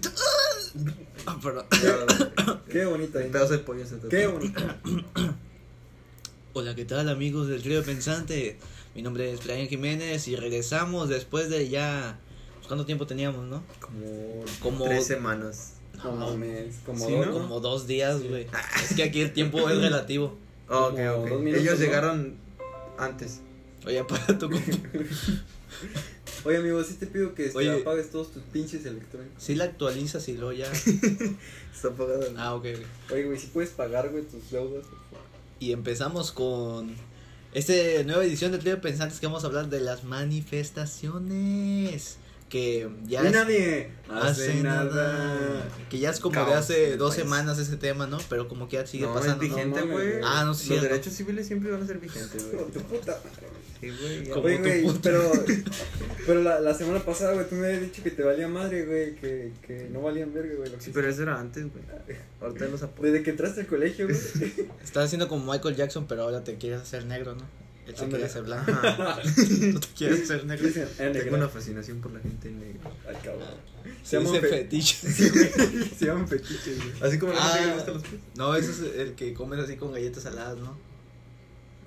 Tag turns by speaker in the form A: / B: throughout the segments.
A: todo. Ah, perdón.
B: Qué bonito.
C: Un pedazo de pollo se te
B: Qué bonito.
A: Hola, ¿qué tal amigos del Trío Pensante? Mi nombre es Brian Jiménez y regresamos después de ya... pues, ¿Cuánto tiempo teníamos, no?
B: Como.
A: Como,
C: Tres semanas.
B: Como un mes. Como
C: Sí,
B: dos.
C: ¿no?
A: como dos días, güey. Es que aquí el tiempo es relativo.
C: Ok,
B: Como
C: ok.
B: dos minutos,
C: Ellos
B: ¿no?
C: llegaron antes.
A: Oye, para tu compu-
B: Oye, amigo, sí te pido que este,
A: Oye.
B: apagues todos tus pinches electrónicos.
A: Sí la actualizas y luego ya...
C: Está apagado.
A: Ah, ok, ok.
B: Oye, güey, si puedes pagar, güey, tus deudas. por favor.
A: Y empezamos con esta nueva edición del Trío Pensantes que vamos a hablar de las manifestaciones. Que ya
B: Y
A: es-
B: nadie
A: hace nada. Que ya es como de
C: Caos en
A: hace
C: el
A: dos
C: país.
A: semanas ese tema, ¿no? Pero como que ya sigue
C: no, es
A: pasando. ¿no?
C: vigente,
B: no mames,
C: güey.
B: güey.
A: Ah, no, sí,
C: Los
A: cierto.
C: derechos civiles siempre van a ser vigentes,
B: Hijo de
C: güey.
B: tu puta madre, güey.
C: Sí, güey. ya.
A: Como
B: Oye,
A: tu
B: güey,
A: puta.
B: pero, pero la, la semana pasada, güey, tú me habías dicho que te valía madre, güey, que, que no valían verga, güey. lo que
C: Sí, pero eso era antes, güey. Ahorita los
B: hiciste.
C: apoyos.
B: Desde que entraste al colegio, güey.
A: Estás haciendo como Michael Jackson, pero ahora te quieres hacer negro, ¿no? Él se
B: Ándale.
A: quiere hacer blanco.
C: Ajá.
A: Tú te quieres hacer negro.
B: Dicen, eh,
C: Tengo
B: negra,
C: una fascinación por la gente negra.
B: al cabrón.
A: Se
B: llama
A: dice
B: fe-
A: fetiche.
B: Sí, güey, se llaman fetiches, güey.
C: Así como la gente que
A: Ah.
C: le gustan los pies.
A: No, ese es el que comes así con galletas saladas, ¿no?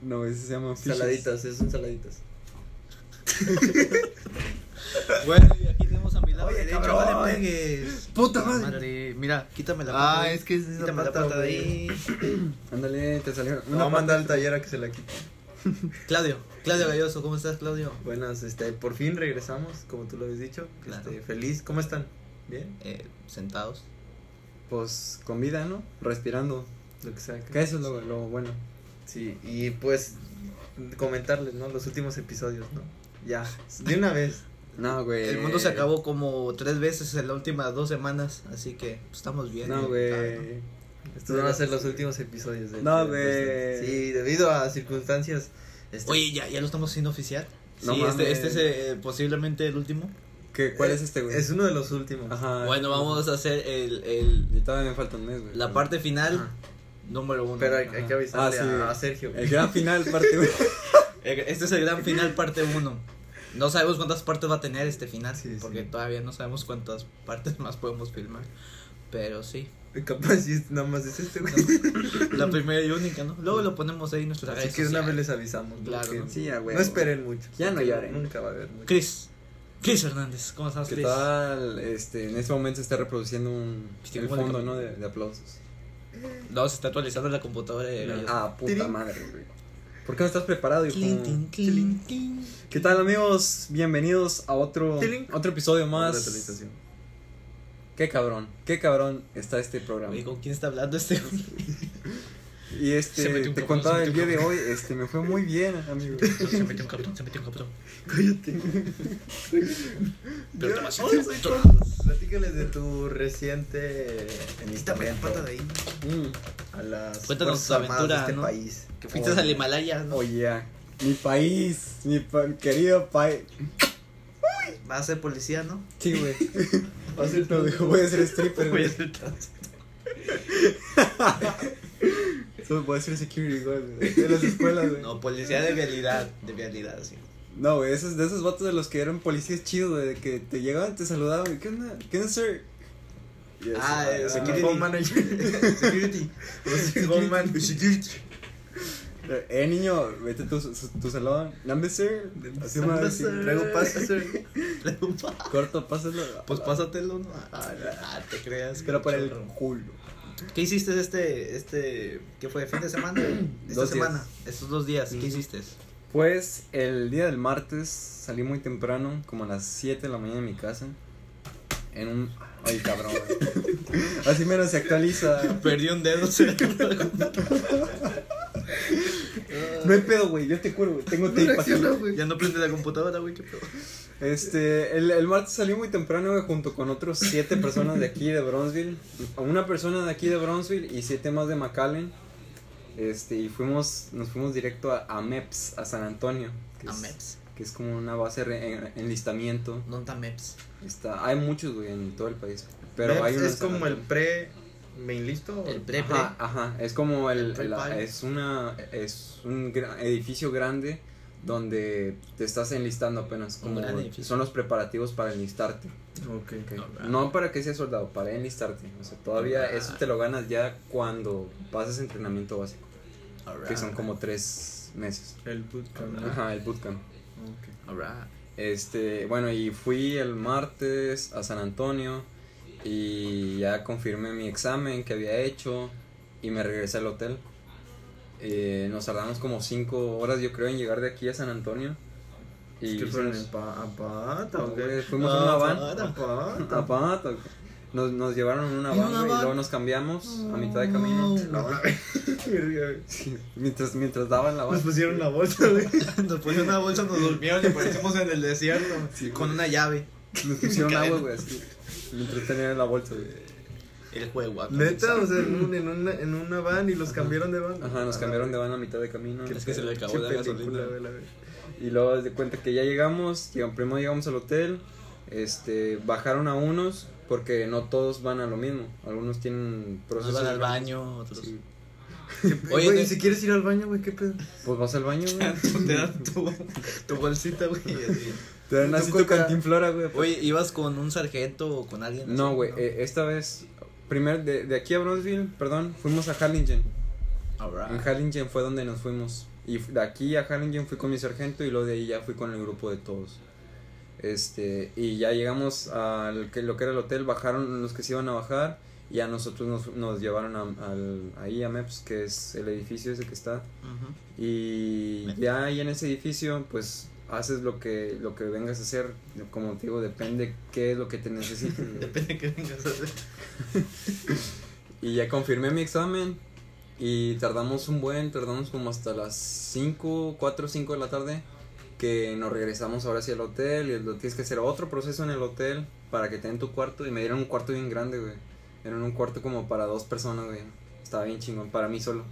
B: No, ese se llama
C: Saladitas, esos son saladitas.
A: Bueno, y aquí tenemos a mi lado
C: Oye,
A: derecho,
C: cabrón.
A: no le pegues.
C: Puta madre.
A: Mira, quítame la
C: Ah,
A: pata de ahí.
C: es que es esa
A: Quítame la
C: pata,
A: pata de
C: güey.
A: ahí.
B: Ándale, te salieron.
C: Me va a mandar al taller a que se la quite.
A: Claudio, Claudio Galloso, ¿cómo estás, Claudio?
C: Buenas, este, por fin regresamos, como tú lo habías dicho.
A: Claro.
C: Este, feliz, ¿cómo están? ¿Bien?
A: Eh, sentados.
B: Pues con vida, ¿no? Respirando.
C: Lo que sea. que-
B: Que eso es lo, lo bueno.
C: Sí, y pues comentarles, ¿no? Los últimos episodios, ¿no? Ya, de una vez.
B: No, güey.
A: El mundo se acabó como tres veces en las últimas dos semanas, así que pues, estamos bien.
B: No,
A: Ah,
B: güey.
C: Estos van a ser los últimos episodios. del-
B: No,
C: del-
B: güey.
C: este. Sí, debido a circunstancias. este,
A: ¿no? Oye, ¿ya, ya lo estamos haciendo oficial.
B: No
A: sí,
B: mames.
A: este, este es eh, posiblemente el último.
B: ¿Qué, ¿Cuál es este, güey?
C: Es uno de los últimos.
B: Ajá.
A: Eh, bueno, vamos a hacer el, el-
B: Todavía me falta un mes, güey.
A: la parte final
C: Ajá.
A: número uno.
C: Pero hay,
A: Ajá.
C: hay que avisarle
B: Ah, sí.
C: a, a Sergio. güey.
B: El gran final, parte, güey.
A: Eh, Este es el gran final, parte uno. No sabemos cuántas partes va a tener este final,
C: Sí, sí.
A: porque todavía no sabemos cuántas partes más podemos filmar. Pero sí,
C: Capaz, sí, es- nada más es este, güey.
A: la primera y única, ¿no? Luego lo ponemos ahí en nuestras
C: Así
A: redes
C: que de una
A: sociales.
C: vez les avisamos. ¿no?
A: Claro,
C: Que
A: ¿no?
B: Sí, a huevo.
C: no esperen mucho.
B: Ya no
C: porque
B: lloren.
C: Nunca va a haber mucho.
A: Chris. Chris Hernández, ¿cómo estás,
B: ¿Qué
A: Chris?
B: tal? Este, en este momento se está reproduciendo un
A: Viste
B: el
A: cómo le
B: fondo,
A: cambió.
B: ¿no? De, de aplausos.
A: No, se está actualizando la computadora de
C: No.
A: Gallos.
B: Ah, puta
C: Tirín.
B: madre, güey. ¿Por qué no estás preparado, hijo?
A: Clink, clink, clink, clink.
B: ¿Qué tal, amigos? Bienvenidos a otro,
C: Tirín.
B: otro episodio
C: Otra
B: más.
C: actualización.
B: Qué cabrón, qué cabrón está este programa.
A: Oye, ¿con quién está hablando este? güey?
B: Y
A: Se
B: este,
A: metió un
B: te
A: cojón,
B: contaba
A: se
B: el
A: metió
B: día
A: un
B: de hoy, este, me fue muy bien, amigo.
A: se metió un capitón, se metió un capitón. Pero
C: Ya,
A: toma así.
C: hoy soy
A: Toma.
C: Carlos. Platícales de tu reciente enlistamiento
A: ahí.
B: Mm,
C: a las
A: Cuéntanos
C: fuerzas
A: tu
C: armadas
A: aventura,
C: de este
A: ¿no?
C: país.
A: Que fuiste al Himalaya, ¿no?
B: Oh, yeah. Mi país, mi pa- querido país.
A: Vas a ser policía, ¿no?
B: Sí, güey. No, güey, voy a ser stripper,
A: Voy a
B: güey.
A: ser trans.
B: Soy- Voy a ser security guard, güey, de las escuelas, güey.
A: No, policía de vialidad, de vialidad, sí.
B: No, güey, esos, de esos vatos de los que eran policías chidos, güey, de que te llegaban, te saludaban, y, ¿qué onda? ¿Qué onda, sir? Y así,
A: Ah,
B: güey,
A: eh,
B: así,
A: security.
C: Home manager. Security. Home man-
B: Eh, niño, vete a tu, su- tu salón. Dame, sir. Así me va a decir.
C: Traigo pases.
B: Corto, pásalo.
A: Pues pásatelo, ¿no? Ah, ah, te creas.
B: Pero por el
A: chorro.
B: culo.
A: ¿Qué hiciste este, este, qué fue, fin de semana? Esta
B: Dos días.
A: semana, estos dos días, ¿qué
B: Ujú.
A: hiciste?
B: Pues el día del martes salí muy temprano, como a las 7 de la mañana de mi casa. En un. Ay, cabrón. güey. Así menos se actualiza.
A: Perdí un dedo, se
B: No hay pedo, güey. Yo te curo, güey. Tengo tape aquí.
A: Ya no prende la computadora, güey, qué pedo.
B: Este, el, el martes salí muy temprano, güey, junto con otros siete personas de aquí de Bronzeville. A Una persona de aquí de Bronzeville y siete más de McAllen. Este, y fuimos, nos fuimos directo a, a MEPS, a San Antonio. Que
A: A
B: es,
A: MEPS,
B: Que es como una base de en, enlistamiento.
A: no tan MEPS.
B: Está, hay muchos, güey, en todo el país. Pero
C: Vean,
B: hay uno en
C: Es
B: San
C: como el
B: Antonio.
C: pre. ¿Me enlisto?
A: El pre, pre.
B: Ajá, ajá, es como el,
A: El pre-
B: la-
A: pal.
B: es una es un gra- edificio grande donde te estás enlistando apenas, como
A: gran edificio.
B: son los preparativos para enlistarte.
C: Ok.
B: ok.
A: Alright.
B: No para que seas soldado, para enlistarte. O sea, todavía eso te lo ganas ya cuando pasas entrenamiento básico, que son como tres meses.
C: El bootcamp. ¿no?
B: Ajá, el bootcamp.
C: Ok.
A: Alright.
B: Este, bueno, y fui el martes a San Antonio y ya confirmé mi examen que había hecho y me regresé al hotel. Eh, nos tardamos como 5 horas, yo creo, en llegar de aquí a San Antonio.
C: ¿Es
B: Y
C: que fueron en
B: hicimos-
C: pa a pata
B: No,
C: o qué?
B: güey, fuimos en una van.
C: A pata.
B: a Pata, güey. nos, nos llevaron en una
A: ¿En
B: van
A: una
B: güey, y
A: van?
B: luego nos cambiamos a mitad de camino.
A: No.
C: No, me río, güey.
B: Sí, mientras, mientras daban la van.
C: Nos pusieron la bolsa, güey.
A: Nos pusieron una bolsa, nos durmieron y aparecimos en el desierto con una llave.
B: Nos pusieron agua, güey, así. Mientras tenían la bolsa, güey.
A: El juego. ah,
C: Neta, o sea, en, un- en una, en una van y los cambiaron de van.
B: Ajá, nos cambiaron de van a mitad de camino.
A: Es que se le acabó
C: Qué
A: la
C: película,
A: gasolina.
C: güey, la verdad.
B: Y luego haz de cuenta que ya llegamos, llegamos- primero llegamos al hotel, este, bajaron a unos, porque no todos van a lo mismo, algunos tienen
A: Unos
B: procesos.
A: van al baño, otros.
B: Sí.
A: Oye,
C: Oye,
A: ne-
C: si quieres ir al baño, güey, qué pedo.
B: Pues vas al baño, güey.
C: Te dan tu, tu bolsita, güey. y así.
B: Te dan
A: Tu
B: así tu
A: coca.
B: cantinflora, güey.
A: Oye, ¿ibas con un sargento o con alguien? así?
B: No, güey, eh, esta vez, primer, de, de aquí a Bronzeville, perdón, fuimos a Harlingen. En
A: Alright.
B: Harlingen fue donde nos fuimos. Y de aquí a Harlingen fui con mi sargento y luego de ahí ya fui con el grupo de todos. Este, y ya llegamos a lo que era el hotel, bajaron los que se iban a bajar y a nosotros nos, nos llevaron a- al, ahí a MEPS, que es el edificio ese que está.
A: Ujú.
B: Y ya ahí en ese edificio, pues haces lo que, lo que vengas a hacer. Como te digo, depende qué es lo que te necesiten. güey.
C: Depende que vengas a hacer.
B: Y ya confirmé mi examen y tardamos un buen, tardamos como hasta las 5, 4, 5 de la tarde que nos regresamos ahora hacia el hotel y lo tienes que hacer otro proceso en el hotel para que te den tu cuarto y me dieron un cuarto bien grande, güey. Era un cuarto como para dos personas, güey. Estaba bien chingón, para mí solo.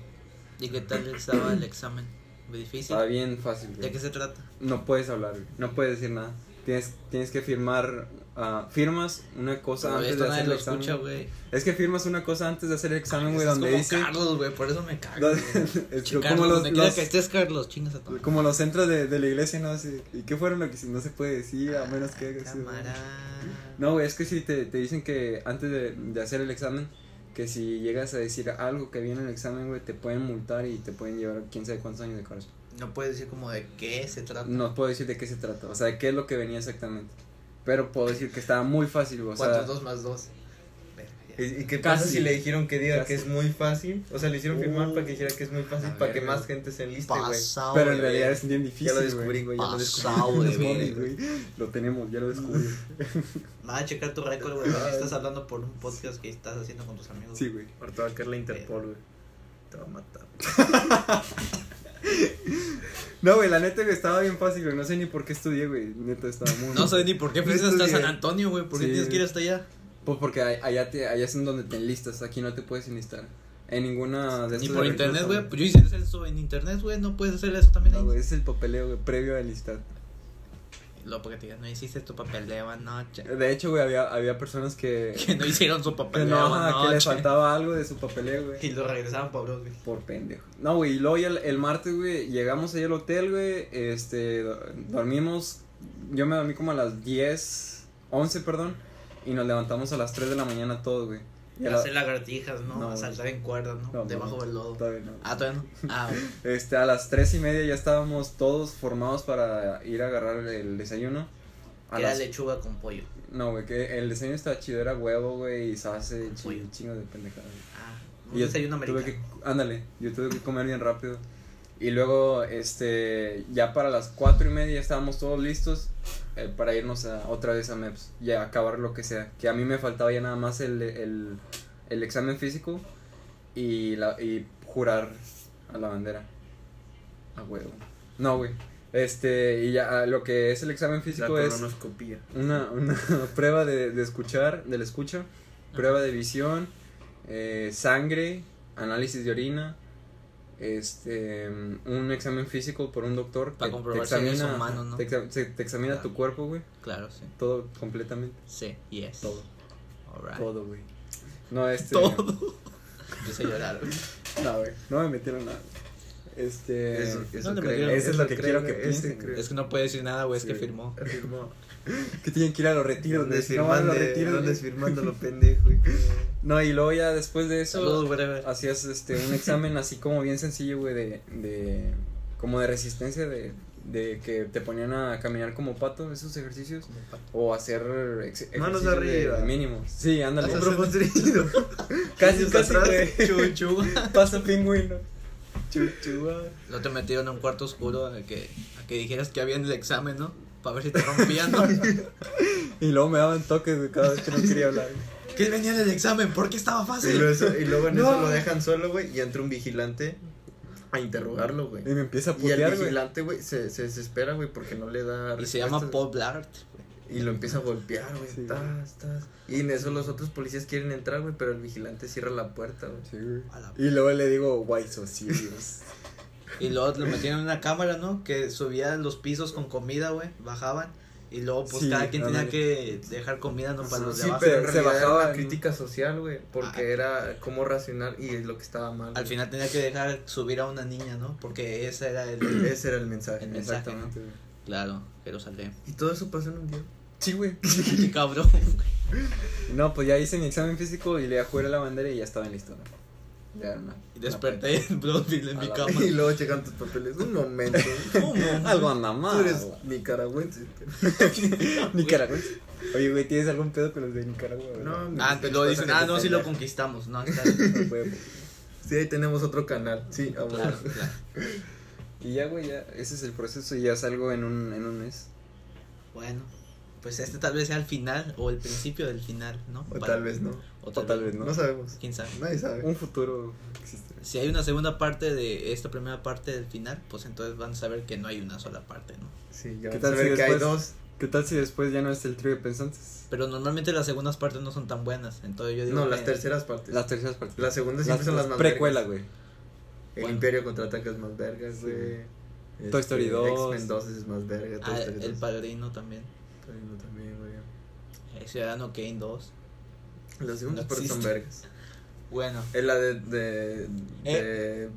A: ¿Y qué tal estaba el examen? ¿Muy difícil?
B: Estaba bien fácil,
A: ¿De
B: güey.
A: qué se trata?
B: No puedes hablar, güey. No puedes decir nada. Tienes, tienes que firmar, ah, firmas una cosa
A: Pero
B: antes
A: esto
B: de hacer
A: nadie
B: el
A: lo
B: examen.
A: escucha, güey.
B: es que firmas una cosa antes de hacer el examen, güey,
A: Estás
B: donde
A: como
B: dice...
A: Carlos, güey, por eso me cago.
B: donde-
A: güey.
B: es
A: Che,
B: este, como
A: Carlos,
B: los-
A: donde quiera
B: los-
A: que estés, Carlos, chingas a tu
B: Como los centros de, de la iglesia, ¿no? Así, ¿Y qué fueron lo que si- no se puede decir? A menos que... hagas-
A: Cámara.
B: No, güey, es que si te, te dicen que antes de, de hacer el examen, que si llegas a decir algo que viene en el examen, güey, te pueden multar y te pueden llevar quién sabe cuántos años de cárcel.
A: No puedes decir como de qué se trata.
B: No puedo decir de qué se trata, o sea, de qué es lo que venía exactamente. Pero puedo decir que estaba muy fácil, güey, o sea...
A: ¿Cuántos dos más dos?
C: ¿Y, y qué pasa
B: Casi.
C: si le dijeron que diga
B: Casi.
C: que es muy fácil? O sea, le hicieron firmar
B: Uh.
C: para que dijera que es muy fácil,
A: A
C: para que
A: ver,
C: más
A: güey.
C: gente se enliste, Ah, güey.
A: Pasado.
B: Pero
A: de
B: en realidad
A: ver-
B: es bien difícil,
C: Ya lo descubrí, güey, ya lo
A: Pasado
C: descubrí.
A: de ver, güey.
B: güey. Lo tenemos, ya lo descubrí.
A: Va a checar tu récord, güey. si Estás hablando por un podcast que estás haciendo con tus amigos.
B: Sí, güey.
C: Ahorita va a caer la Interpol, güey. Te va a matar.
B: No, güey, la neta, güey, estaba bien fácil, güey. No sé ni por qué estudié, güey. Neta, estaba muy...
A: No sé ni por qué
B: No
A: fuiste hasta
B: estudié.
A: San Antonio, güey. ¿Por qué
B: Sí.
A: tienes que ir hasta allá?
B: Pues porque a- allá, te, allá es en donde te enlistas, aquí no te puedes enlistar. En ninguna de
A: Ni
B: estas
A: por
B: de
A: internet,
B: recluta,
A: güey. Pues yo hice eso en internet, güey. No puedes hacer eso también
B: No,
A: ahí.
B: güey, es el papeleo, güey, previo a enlistar.
A: Lo porque te digan, no hiciste tu papel de anoche.
B: De hecho, güey, había, había personas que.
A: Eh. Que no hicieron su
B: que
A: papel de
B: no, ajá, que les
A: anoche.
B: faltaba algo de su papeleo, güey.
A: Y lo regresaron para Bros, güey.
B: Por pendejo. No, güey, y luego ya el, el martes, güey, llegamos ahí al hotel, güey. Este, do- dormimos. Yo me dormí como a las 10, 11, perdón. Y nos levantamos a las 3 de la mañana todos, güey. Y a la-
A: Hacer lagartijas, ¿no?
B: No,
A: A saltar en cuerdas, ¿no?
B: No,
A: Debajo
B: no,
A: del lodo.
B: todavía no.
A: Ah, todavía no. Ah, güey.
B: Este, a las tres y media ya estábamos todos formados para ir a agarrar el desayuno. A
A: que era
B: las-
A: lechuga con pollo.
B: No, güey, que el desayuno estaba chido, era huevo, güey, y salse,
A: Pollo.
B: chi- chingo de pendejada. güey.
A: Ah,
B: Y
A: un
B: yo
A: desayuno
B: tuve
A: americano.
B: que- ándale, yo tuve que comer bien rápido. Y luego, este, ya para las cuatro y media estábamos todos listos eh, para irnos a, otra vez a MEPS y a acabar lo que sea. Que a mí me faltaba ya nada más el, el, el examen físico y, la, y jurar a la bandera. A huevo. No, güey. Este, y ya ah, lo que es el examen
C: La
B: físico es
C: colonoscopía.
B: una, una prueba de, de escuchar, del escucha, prueba de visión, eh, sangre, análisis de orina, este, mm, un examen físico por un doctor
A: Para comprobar si eres humano, ¿no?
B: te, exa- se- te examina tu cuerpo, güey,
A: Claro, sí.
B: todo completamente,
A: Sí, yes.
B: todo,
A: Alright.
B: todo, güey. No, este,
A: Todo. Empecé a llorar, güey.
B: no, güey, no me metieron nada. Este.
C: Eso, eso
A: No, no me
C: creo.
A: creo.
B: Eso es lo
C: Eso
B: que
C: creo,
B: quiero que
C: ese
B: piensen.
C: creo.
A: Es que no puede decir nada, güey, es que
B: Sí.
A: firmó.
C: Firmó.
B: Que tienen que ir a los retiros, güey. Si no van a los
C: Desfirmando,
B: retiros.
C: no
B: güey.
C: desfirmando lo pendejo. güey.
B: No, y luego ya después de eso.
A: Saludos, whatever.
B: hacías este un examen así como bien sencillo, güey, de, de como de resistencia de, de que te ponían a caminar como pato esos ejercicios o hacer ex-
C: Manos
B: ejercicios de-
C: arriba.
B: de mínimo. Sí, ándale.
C: Un propósito.
B: Casi,
C: Años
B: casi,
C: atrás.
B: güey.
A: Chuchu.
B: Pasa pingüino.
C: ah.
A: No te metieron a un cuarto oscuro a que, a que dijeras que había en el examen, ¿no? Para ver si te rompían, ¿no?
B: Y luego me daban toques de cada vez que no quería hablar.
A: ¿Qué venía en el examen? ¿Por qué estaba
C: Y luego,
A: fácil?
C: eso- y luego en
B: No.
C: eso lo dejan solo, güey, y entra un vigilante a interrogarlo, güey.
B: Y me empieza a
C: Y el
B: putear, güey.
C: vigilante, güey, se, se desespera, güey, porque no le da
A: Y se llama
C: respuestas.
A: Paul Blart.
C: Y lo empieza a golpear, güey.
B: Sí,
C: tas, tas. Y en eso los otros policías quieren entrar, güey, pero el vigilante cierra la puerta, güey.
B: Sí, güey.
A: A la-
B: Y luego le digo, why so serious.
A: Y luego lo metieron en una cámara, ¿no? Que subían los pisos con comida, güey. Bajaban. Y luego, pues
B: Sí,
A: cada quien tenía
B: ándale.
A: que dejar comida, ¿no? Para los de
B: Sí,
A: abajo.
B: pero
C: en
B: se
C: realidad era
B: bajaba
C: una
B: en-
C: crítica social, güey,
A: Ah.
C: porque era cómo racionar y es lo que estaba mal.
A: Al
C: güey.
A: final tenía que dejar subir a una niña, ¿no? Porque ese era el.
C: ese era el mensaje.
A: El mensaje.
B: Exactamente, güey.
A: claro, pero saldré.
C: Y todo eso pasó en un día.
B: Sí, güey.
A: Qué cabrón.
B: No, pues ya hice mi examen físico y le jugué a la bandera y ya estaba en listo. Ya era una-
A: Y desperté en Broadville en
B: A
A: mi
B: la
A: cama.
C: Y luego llegan tus papeles. Un momento.
A: ¿Cómo?
B: Algo anda
C: Tú
B: mal.
C: eres nicaragüense.
B: Nicaragüense. Oye, güey, ¿tienes algún pedo con los de Nicaragua?
C: No,
B: no.
A: Ah, te lo dicen. Ah, no, sí lo conquistamos. No, está bien.
C: Sí, ahí tenemos otro canal. Sí,
B: Ah,
C: ah, amor.
A: Claro, claro.
B: Y ya, güey, ya, ese es el proceso y ya salgo en un, en un mes.
A: Bueno, pues este tal vez sea el final o el principio del final, ¿no?
C: O
A: Para-
C: tal vez no.
A: O
B: O tal vez no.
C: No sabemos.
A: Quién sabe.
C: Nadie sabe.
B: Un futuro existe.
A: Si hay una segunda parte de esta primera parte del final, pues entonces van a saber que no hay una sola parte, ¿no?
C: Sí, ya
B: ¿Qué
C: vamos
B: tal
C: a ver
B: si
C: que hay
B: después-
C: dos.
B: ¿Qué tal si después ya no es el trío de pensantes?
A: Pero normalmente las segundas partes no son tan buenas, entonces yo digo
C: No,
A: que-
C: las terceras partes.
B: Las terceras partes.
C: Las segundas siempre son las más
B: Precuela,
C: vergas.
B: güey.
C: El
A: Bueno.
C: Imperio contraataca es más vergas,
B: Sí.
C: güey. Este,
B: Toy Story 2.
C: X-Men 2 es más verga. Toy
A: Ah,
C: Story 2.
A: El Padrino también.
C: Estoy viendo también, güey.
A: El Ciudadano Kane 2.
C: Las segundas
A: No
C: partes son
A: existe.
C: vergas.
A: Bueno,
C: Es la de, de,
A: Eh.
C: de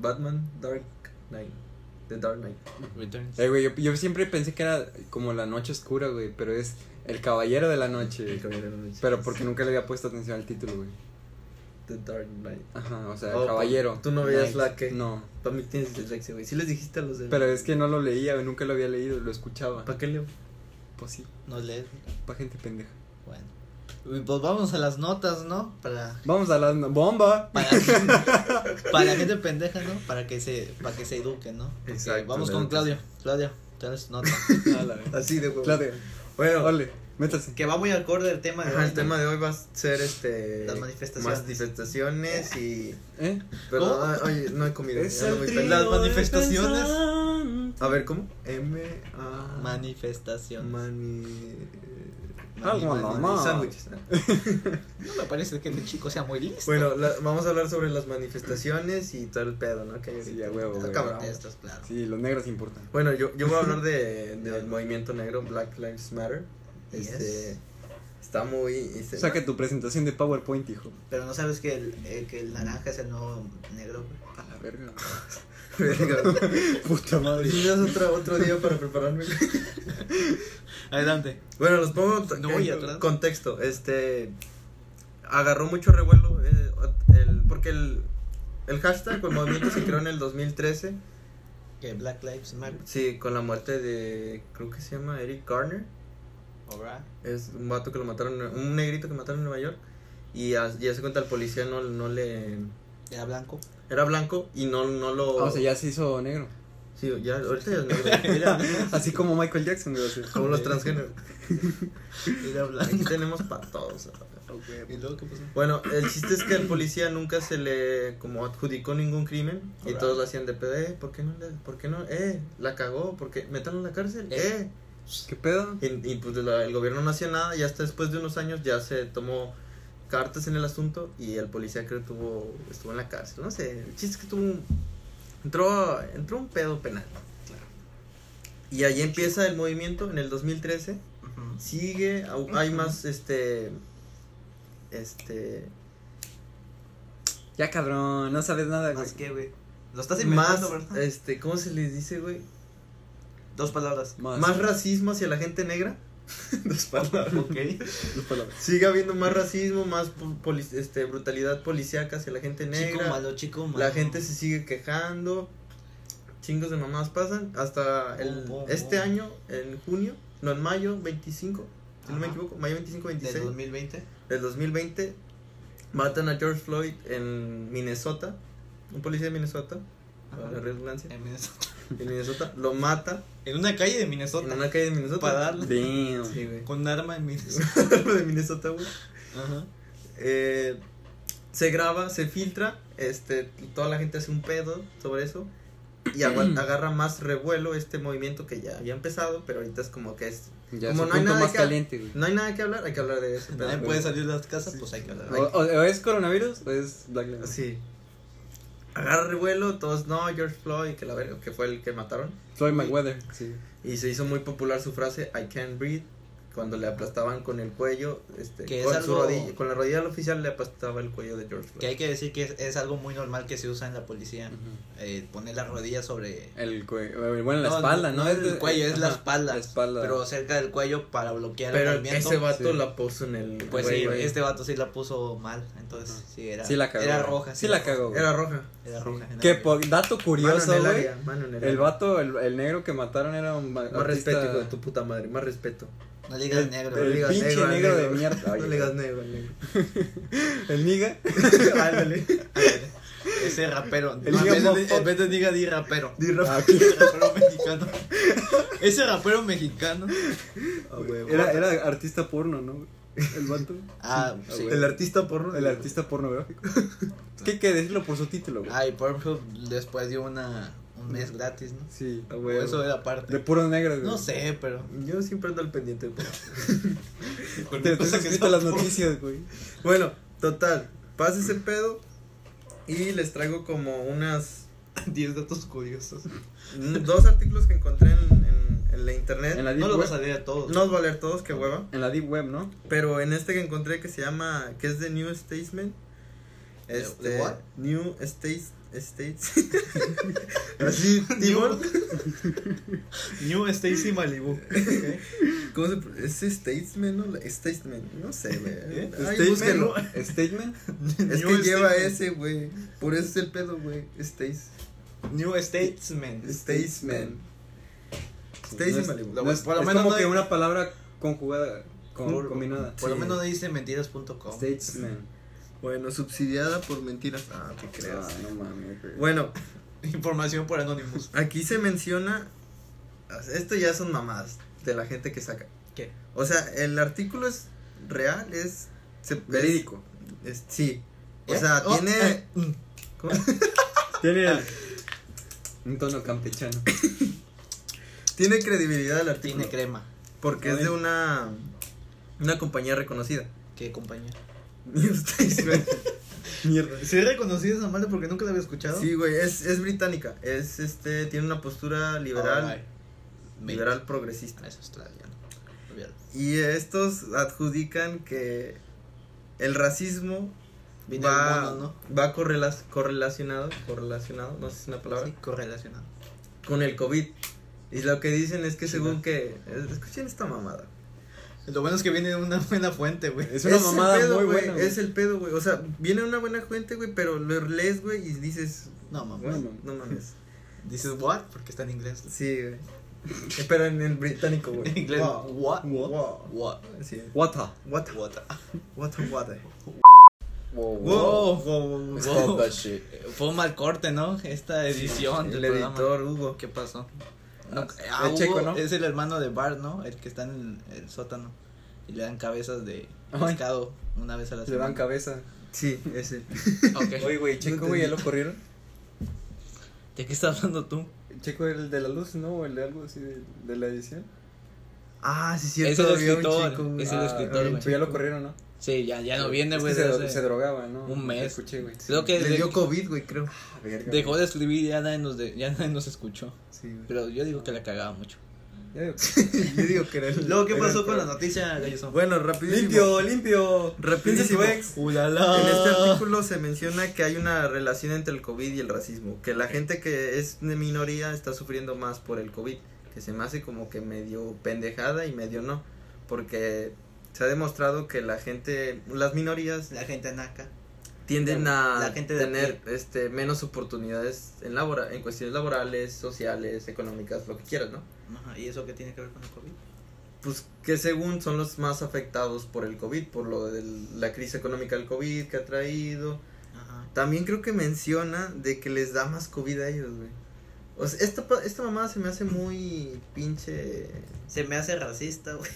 C: Batman Dark Knight. The Dark Knight.
A: Returns.
B: Eh, güey, yo, yo siempre pensé que era como la noche oscura, güey, pero es el caballero de la noche.
C: El Caballero de la Noche.
B: Pero porque nunca le había puesto atención al título, güey.
C: The Dark Knight.
B: Ajá, o sea,
C: Oh,
B: el caballero.
C: ¿Tú no veías
A: Knight.
C: la que?
B: No,
C: Para mí tienes dislexia, güey. Sí les dijiste a los de.
B: pero es que no lo leía, güey, nunca lo había leído, lo escuchaba.
C: ¿Para qué leo?
B: Pues sí,
A: No lees.
B: pa' gente pendeja.
A: Bueno. Y Pues vamos a las notas, ¿no? Para
B: Vamos a la bomba.
A: para, para la gente pendeja, ¿no? Para que se para que se eduquen, ¿no? Porque
C: Exacto,
A: vamos
C: la
A: con
C: educación.
A: Claudio. Claudio, tienes nota.
B: A la vez.
C: Así de huevo.
B: Claudio,
C: Bueno,
B: ole, métase.
A: que va muy acorde el tema. de
C: ajá,
A: hoy,
C: el
A: ¿no?
C: tema de hoy va a ser este.
A: Las manifestaciones.
C: manifestaciones y.
B: ¿Eh?
C: Pero,
A: ¿Cómo?
C: ah, oye, no he comido. ya ando muy
A: trío
C: pelado.
A: Las manifestaciones.
C: A ver, ¿cómo? M. A.
A: Manifestaciones.
C: Mani.
B: Ah,
A: Mani-
B: bueno,
A: mani-
B: ma.
C: Sándwiches. ah.
A: No me parece que este chico sea muy listo.
C: Bueno, la- vamos a hablar sobre las manifestaciones y todo el pedo, ¿no? Que hay
B: Sí,
C: ahorita.
B: a huevo,
C: Está
B: güey.
C: cabrón.
A: Protestas, claro.
B: Ah, Sí, los negros importan.
C: Bueno, yo, yo voy a hablar de, del movimiento negro, Black Lives Matter. Este.
A: Yes.
C: Está muy. este,
B: Saca tu presentación de PowerPoint, hijo.
A: Pero no sabes que el, eh, que el naranja es el nuevo negro. güey.
B: A la verga.
C: Verga.
B: Puta madre.
C: Sí, das otro, otro día para prepararme.
A: Adelante.
C: Bueno, los pongo t-
A: No
C: en
A: voy atrás.
C: contexto. Este agarró mucho revuelo eh, el- porque el, el hashtag o el movimiento se creó en el 2013,
A: Que Black Lives Matter.
C: sí, con la muerte de creo que se llama Eric Garner,
A: Alright.
C: es un vato que lo mataron, un negrito que mataron en Nueva York y a- ya se cuenta el policía no no le
A: Era blanco.
C: era blanco y no no lo
B: Ah, o sea, ya se hizo negro.
C: Sí, ya ahorita ya es negro. Mira,
B: Así como Michael Jackson, güey. o sea.
C: como los transgéneros.
A: Era
C: Aquí
A: blanco.
C: tenemos para todos.
A: ¿Y luego qué pasó?
C: Bueno, el chiste es que al policía nunca se le como adjudicó ningún crimen y
A: Alright.
C: todos lo hacían de pedo, eh, ¿por qué no le, por qué no, eh, la cagó, por qué, métalo en la cárcel, eh.
A: Eh.
B: ¿Qué pedo?
C: Y, y, pues la- el gobierno no hacía nada y hasta después de unos años ya se tomó cartas en el asunto y el policía creo tuvo, estuvo en la cárcel, no sé, el chiste es que tuvo un, entró, entró un pedo penal. Y ahí empieza el movimiento en el 2013 sigue, au- hay más este este
B: Ya, cabrón, no sabes nada, güey.
C: Ah,
A: Más que, güey.
D: Lo estás
C: más,
D: inventando, ¿verdad?
C: este, ¿cómo se les dice, güey?
D: Dos palabras.
B: Más.
C: Más racismo hacia la gente negra. Dos palabras.
D: Ok.
B: Dos palabras.
C: Sigue habiendo más racismo, más pu- poli- este, brutalidad policíaca hacia la gente
A: Chico
C: negra.
A: malo, chico malo.
C: La gente se sigue quejando. Chingos de mamás pasan. Hasta el,
A: Pum, pum,
C: este
A: pum.
C: año, en junio, no, en mayo 25, si no me
D: Ajá.
C: equivoco, mayo 25,
D: Del
C: 26
D: 2020.
C: del 2020, matan a George Floyd en Minnesota. Un policía de Minnesota, para Ah, la redundancia,
D: En Minnesota.
C: en Minnesota, lo mata
D: En una calle de
C: en
D: Minnesota.
C: una calle de Minnesota.
D: Para darle.
B: Damn.
C: Sí, güey.
D: Con un arma en Minnesota.
C: Lo de Minnesota, güey.
D: Ajá.
C: Eh, se graba, se filtra, este, toda la gente hace un pedo sobre eso y agua- agarra más revuelo este movimiento que ya había empezado, pero ahorita es como que es
B: Ya
C: Como
B: es un
C: no hay
B: punto
C: nada
B: más
C: que-
B: caliente, güey.
C: no hay nada que hablar, hay que hablar de eso.
D: Nadie puede salir de las casas, pues hay que hablar.
B: O, o- o es coronavirus o es Black Lives Matter.
C: Ah, Sí. Agarra revuelo, todos no, George Floyd, que la verga, que fue el que mataron
B: Floyd Mayweather. Sí.
C: y se hizo muy popular su frase I can't breathe cuando le aplastaban con el cuello, este,
A: Que es
C: con su
A: algo-
C: rodilla, con la rodilla del oficial le aplastaba el cuello de George Floyd.
A: Que hay que decir que es, es algo muy normal que se usa en la policía. eh, poner la rodilla sobre.
B: El cuello. Bueno, la espalda, ¿no?
A: es el cuello, es la
B: Ajá.
A: espalda.
B: La espalda.
A: Pero cerca del cuello para bloquear
C: Pero
A: el movimiento.
C: ese vato
B: sí.
C: la puso en el.
A: Pues
C: güey,
A: sí,
C: güey.
A: este vato sí la puso mal. Entonces, sí, era.
B: Sí la cagó.
A: Era
B: güey.
A: roja.
B: Sí
A: era
B: la cagó. güey.
C: Era roja.
A: Era roja. era
B: Que
A: roja.
B: por- dato
C: Mano
B: curioso,
C: en el
B: güey.
C: área, mano en el
B: El
C: área.
B: vato, el, el negro que mataron era un ba-
C: Más
B: artista-
C: respeto, hijo de tu puta madre. Más respeto.
A: No le digas negro.
C: No le
B: el
C: digas
B: pinche
C: al
B: negro de mierda. Ay,
C: no le digas negro al negro.
B: El niga.
C: Ándale.
A: Ese rapero.
B: El
A: No, en, vez
B: Liga
A: de,
B: Mofo.
A: en vez de diga di rapero.
C: Di rap-
B: Ah, ok.
A: Ese rapero mexicano. Ese rapero mexicano.
C: Ah, güey,
B: Era,
C: güey.
B: era artista porno, ¿no? El vato.
A: Ah, sí.
C: El artista porno.
B: El artista pornográfico. Es que hay que decirlo por su título, güey. Mm.
A: Ah, y Pornhub después dio una, un mes gratis, ¿no?
B: Sí.
C: Ah,
A: O
C: güey,
A: eso
C: güey.
A: era parte.
B: De puros negros, güey.
A: No sé, pero.
C: Yo siempre ando al pendiente. güey.
B: Te te has escrito las noticias, güey.
C: Bueno, total. Pasa ese pedo. Y les traigo como unas.
D: 10 datos curiosos.
C: Dos artículos que encontré en, en- en la internet.
B: En la
D: No
B: deep
D: los vas a
B: web.
D: leer a todos.
C: No os va a leer todos, qué hueva.
B: En la deep web, ¿no?
C: Pero en este que encontré que se llama, que es de New Statesman. Este,
A: ¿De what?
C: New States, States. Así, Timon.
D: New Stacy Malibu.
C: ¿Cómo se pro- Es Statesman, ¿no? Statesman, no sé, güey.
D: ¿Eh?
C: Ay,
B: Statement,
C: búsquenlo.
B: ¿no? Statement.
C: Es que
D: New
C: lleva
D: Statesman.
C: ese, güey. Por eso es el pedo, güey. States,
D: New Statesman.
C: Statesman.
B: No
C: States
B: es-
C: Malibu.
B: no
D: Lo-
B: es-
D: por lo
B: es
D: menos
B: como
D: no
B: que
D: hay-
B: una palabra conjugada, con-
C: Por-
B: combinada.
A: Por lo
C: Sí.
A: menos no dice mentiras.com.
B: Statesman.
C: Bueno, subsidiada por mentiras. Ah, te creas.
B: Ah, no mames. güey.
C: Bueno,
D: Información por Anonymous.
C: Aquí se menciona. Esto ya son mamás de la gente que saca.
D: ¿Qué?
C: O sea, el artículo es real, es. se- es-
B: Verídico.
C: es- sí. O
D: ¿Eh?
C: sea,
D: Oh,
C: tiene.
D: eh, mm.
C: ¿cómo?
B: Tiene el- un tono campechano.
C: tiene credibilidad el artículo.
A: Tiene crema.
C: porque es de una. Una compañía reconocida.
A: ¿Qué compañía?
C: Y ustedes, güey,
B: Mierda.
D: Sí, reconocí esa madre porque nunca la había escuchado.
C: sí, güey, es, es británica. Es este. Tiene una postura liberal.
A: Alright. Mate.
C: Liberal progresista.
A: Ah, Es australiano. Liberal.
C: Y estos adjudican que el racismo
A: Viene
C: va,
A: del mono,
C: va correla- correlacionado, correlacionado, no sé si es una palabra,
A: Sí, correlacionado.
C: con el COVID. Y lo que dicen es que
A: Sí,
C: según
A: va.
C: que... Escuchen esta mamada.
D: Lo bueno es que viene de una buena fuente, güey.
B: Es una
C: el
B: mamada
C: pedo,
B: muy
C: güey,
B: buena. güey.
C: Es el pedo, güey. O sea, viene una buena gente, güey, pero lo lees, güey, y dices...
A: No, mamá.
C: güey,
B: No mames.
C: no mames.
D: Dices, what? Porque está en inglés.
C: Sí, güey. Pero en el británico, güey.
D: En inglés.
C: Wow.
D: What?
B: Wow.
C: Wow.
A: What?
C: Sí.
B: Water.
C: What?
A: What?
C: What? What?
B: Wow.
C: Wow. wow, wow.
A: Stop that Fue un mal corte, ¿no? Esta edición.
C: El
A: del programa.
C: editor, Hugo.
A: ¿Qué pasó? No,
B: Ah, el
A: Hugo
B: checo, ¿no?
A: Es el hermano de Bart, ¿no? El que está en el, el sótano. Y le dan cabezas de
B: Ay.
A: pescado una vez a la
B: Le dan
A: semana.
B: cabeza.
C: Sí, ese.
A: Ok.
B: Oye, güey, Checo, güey, ya lo corrieron.
A: ¿De qué estás hablando tú?
B: Checo era el de la luz, ¿no? O el de algo así de, de la edición.
C: Ah, sí,
A: Es
C: cierto.
A: el
C: había un
A: escritor,
C: chico, güey.
A: es el
B: Ah,
A: escritor,
B: oye,
A: güey.
B: pues ya lo corrieron, ¿no?
A: Sí, ya, ya no viene,
B: Es que
A: güey.
B: se,
A: desde
B: dro-
A: hace-
B: se drogaba, ¿no?
A: un mes.
B: Escuché, güey. Sí.
A: Creo que
C: Le
A: desde-
C: dio COVID, güey, creo.
B: Ah, verga,
A: dejó
B: güey.
A: de escribir y ya nadie nos, de- ya nadie nos escuchó.
C: Sí, güey.
A: Pero yo digo que la cagaba mucho.
B: Ya digo,
C: Yo digo que era el-
A: Luego, ¿qué
C: era
A: pasó
C: el
A: con la
C: pro.
A: noticia, Gallizón?
C: Bueno, rapidísimo.
B: limpio, limpio.
C: Rapidísimo.
B: Piensa su ex.
A: Ulala.
C: En este artículo se menciona que hay una relación entre el COVID y el racismo, que la gente que es de minoría está sufriendo más por el COVID, que se me hace como que medio pendejada y medio no, porque se ha demostrado que la gente, las minorías
A: La gente naca.
C: tienden a
A: La gente de
C: tener este menos oportunidades en labora, en cuestiones laborales, sociales, económicas, lo que quieras, ¿no?
A: Ajá, ¿Y eso qué tiene que ver con el COVID?
C: pues que según son los más afectados por el COVID, por lo de la crisis económica del COVID que ha traído.
A: Ajá.
C: También creo que menciona de que les da más COVID a ellos, güey. O sea, esta, pa- esta mamada se me hace muy pinche...
A: Se me hace racista, güey.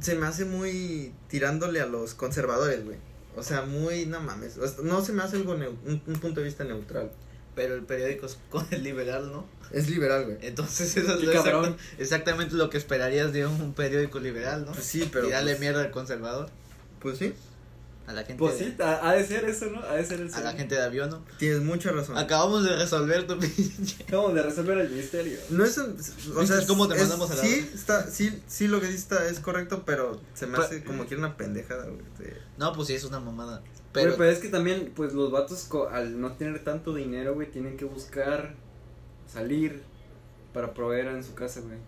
C: Se me hace muy tirándole a los conservadores, güey. O sea, muy... No mames. o sea, no se me hace algo neu- un, un punto de vista neutral.
A: Pero el periódico es con el liberal, ¿no?
C: Es liberal, güey.
A: Entonces eso es
B: Qué
A: lo
B: cabrón.
A: exacta- exactamente lo que esperarías de un periódico liberal, ¿no?
C: Pues sí, pero...
A: y darle
C: pues,
A: mierda al conservador,
C: Pues sí.
A: a la gente,
B: Pues sí, ha, ha de ser eso, ¿no? Ha de ser eso.
A: a la gente de avión, ¿no?
C: Tienes mucha razón.
A: Acabamos de resolver tu pinche.
B: Acabamos de resolver el misterio.
C: No es. un- O sea,
A: cómo te
C: es-
A: mandamos a la
C: Sí,
A: verga?
C: está, sí, sí, lo que dice está, es correcto, pero se me
A: Pa-
C: hace como que era una pendejada, güey. de-
A: No, pues sí, es una mamada.
B: Pero,
A: Pero,
B: pero es que también, pues los vatos, co- al no tener tanto dinero, güey, tienen que buscar salir para proveer en su casa, güey.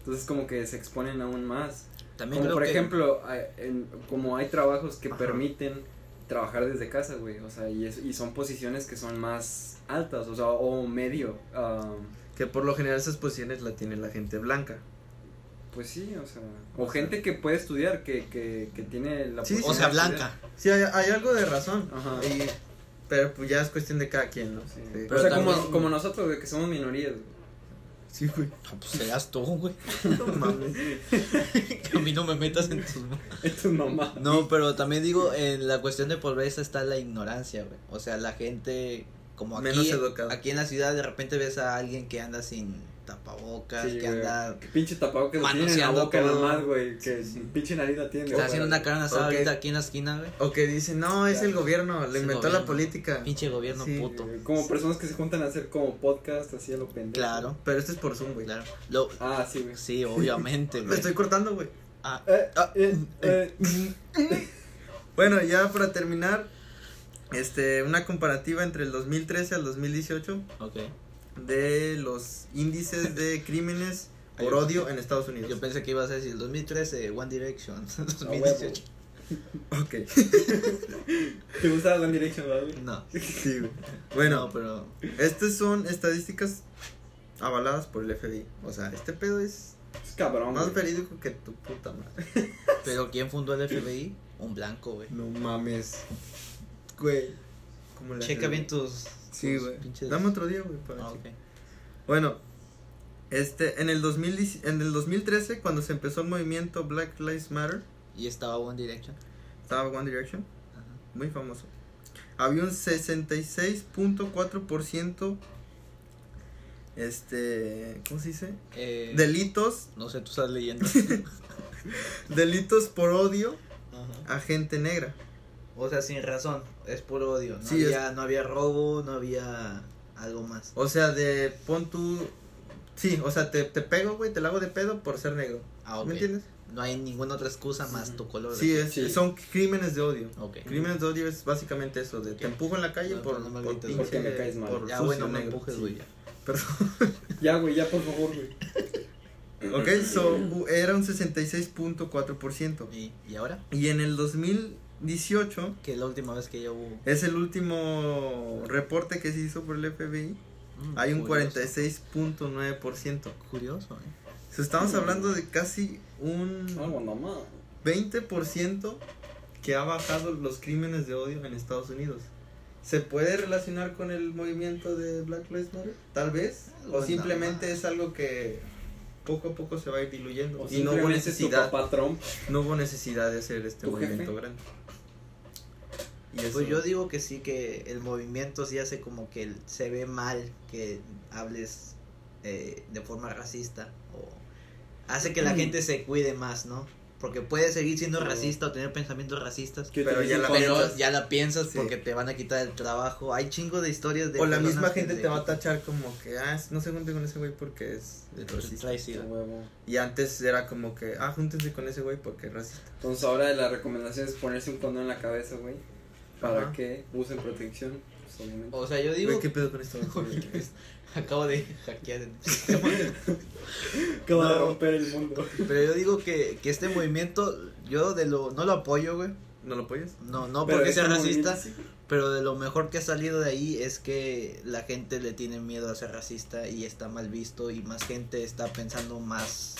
B: Entonces, como que se exponen aún más.
A: también
B: Como
A: creo
B: por
A: que-
B: ejemplo, hay- en- como hay trabajos que
C: Ajá.
B: permiten trabajar desde casa, güey. O sea, y, es- y son posiciones que son más altas, o sea, o medio. ah,
C: Que por lo general esas posiciones la tiene la gente blanca.
B: pues sí, o sea. O gente que puede estudiar, que, que, que tiene la
C: Sí, sí,
B: posibilidad
A: o sea,
B: de estudiar.
A: blanca.
C: Sí, hay, hay algo de razón.
B: Ajá.
C: y- pero pues ya es cuestión de cada quien, ¿no?
B: Sí.
C: Sí.
B: o sea, como,
A: también-
B: como nosotros, güey, que somos minorías, güey.
C: Sí, güey.
A: No, pues serás tú, güey.
C: No mames.
A: Que a mí no me metas en tus
B: Esto es mamá.
A: No, pero también digo, en la cuestión de pobreza está la ignorancia, güey. O sea, la gente, como aquí,
C: Menos educada.
A: aquí en la ciudad, de repente ves a alguien que anda sin tapabocas,
B: Sí,
A: que
B: güey.
A: anda...
B: Qué pinche tapabocas que tiene en la
A: Manoseando
B: boca
A: todo.
B: nada más, güey. Que pinche nariz la tiene.
A: Está haciendo una carne asada
C: Ok.
A: ahorita aquí en la esquina, güey.
C: O que dicen, no, es el gobierno, le
A: el
C: inventó la
A: gobierno.
C: política.
A: Pinche gobierno
C: Sí,
A: puto.
B: Eh, Como personas que se juntan a hacer como podcast, así a lo pendejo.
A: Claro,
C: Pero esto es por Zoom, güey.
A: claro. Lo-
B: Ah, sí, güey.
A: sí, obviamente,
C: Me
A: güey.
C: estoy cortando, güey.
A: Ah,
B: Eh, eh, eh,
C: Bueno, ya para terminar, este, una comparativa entre el 2013 al 2018
A: ok.
C: de los índices de crímenes por
A: Ay,
C: odio en Estados Unidos.
A: Yo pensé que ibas a decir el 2013, One Direction, 2018.
C: Ok.
B: ¿Te gusta One Direction, ¿verdad, güey?
A: No,
C: Sí, güey.
A: bueno,
C: Ah, Bueno,
A: pero...
C: estas son estadísticas avaladas por el FBI. O sea, este pedo es
B: Es cabrón.
C: más
B: güey.
C: verídico que tu puta madre.
A: ¿Pero quién fundó el FBI? Un blanco, güey.
C: No mames. Güey. ¿Cómo le
A: Checa
C: haces,
A: bien
C: güey?
A: tus...
C: Sí,
A: tus
C: güey.
A: pinches-
C: Dame otro día, güey, para
A: Ah,
C: checar.
A: ok.
C: Bueno, este, en el, 2010 en el 2013, cuando se empezó el movimiento Black Lives Matter,
A: Y estaba One Direction.
C: estaba One Direction,
A: Ajá.
C: muy famoso. Había un 66.4% este, ¿cómo se dice?
A: Eh,
C: Delitos,
A: No sé, tú estás leyendo.
C: delitos por odio a gente negra.
A: O sea, sin razón. Es puro odio. No,
C: Sí,
A: había, no había robo, no había algo más.
C: O sea, de pon tu Sí, o sea, te, te pego, güey, te la hago de pedo por ser negro.
A: Ah, ok.
C: ¿Me entiendes?
A: No hay ninguna otra excusa más tu color. de
C: Sí,
A: piel.
C: es,
B: Sí.
C: son crímenes de odio.
A: Ok.
C: Crímenes de odio es básicamente eso, de te empujo en la calle
A: No,
C: por,
A: pero no me
C: por
A: grites,
C: pinche-
B: porque me caes mal.
C: por
A: Ya,
C: sucio,
A: bueno, me
C: negro.
A: empujes,
C: Sí.
A: güey. ya.
C: Perdón.
B: Ya, güey, ya, por favor, güey.
C: Ok, so, u- era un 66.4%.
A: ¿Y, y ahora?
C: Y en el 2018
A: Que la última vez que yo hubo.
C: es el último reporte que se hizo por el FBI.
A: Mm,
C: Hay un
A: curioso.
C: 46.9%.
A: Curioso, eh.
C: So, estamos
B: Mm.
C: hablando de casi un
B: No, bueno, mamá.
C: 20% que ha bajado los crímenes de odio en Estados Unidos. ¿Se puede relacionar con el movimiento de Black Lives Matter? Tal vez.
A: Algo
C: O
B: Pues
A: nada
C: simplemente
A: más.
C: es algo que poco a poco se va a ir diluyendo.
B: O
C: y no hubo
B: simplemente es tu
C: necesidad,
B: papá Trump.
C: no hubo necesidad de hacer este
B: ¿Tu
C: movimiento
B: jefe?
C: grande. Y eso-
A: Pues yo digo que sí, que el movimiento sí hace como que el- se ve mal que hables Mm. eh, de forma racista. O hace que la gente se cuide más, ¿no?
E: Porque puedes seguir siendo
B: Pero-
E: racista o tener pensamientos racistas.
F: Que
C: Pero ya
F: utilicen
C: la-
F: cosas.
E: Pero
C: piensas.
E: ya la piensas
C: Sí.
E: porque te van a quitar el trabajo. Hay chingo de historias de.
C: O la misma
E: personas que
C: gente
E: de-
C: te va a tachar como que, ah, no se junte con ese güey porque es
E: de-
C: racista.
E: trae sida.
B: Huevo.
C: Y antes era como que, ah, júntense con ese güey porque es racista.
B: Entonces ahora la recomendación es ponerse un condón en la cabeza, güey. Para
C: Ajá.
B: que usen protección. pues,
C: Oh,
B: obviamente.
E: O sea, yo digo.
C: Güey, ¿qué pedo con esto?
E: Acabo de hackear. el-
F: que va a
B: No.
F: romper el mundo.
E: Pero yo digo que, que este movimiento, yo de lo no lo apoyo, güey.
C: ¿No lo apoyas?
E: No, no
F: Pero
E: porque sea
F: ese
E: racista,
F: movimiento sí.
E: pero de lo mejor que ha salido de ahí es que la gente le tiene miedo a ser racista y está mal visto y más gente está pensando más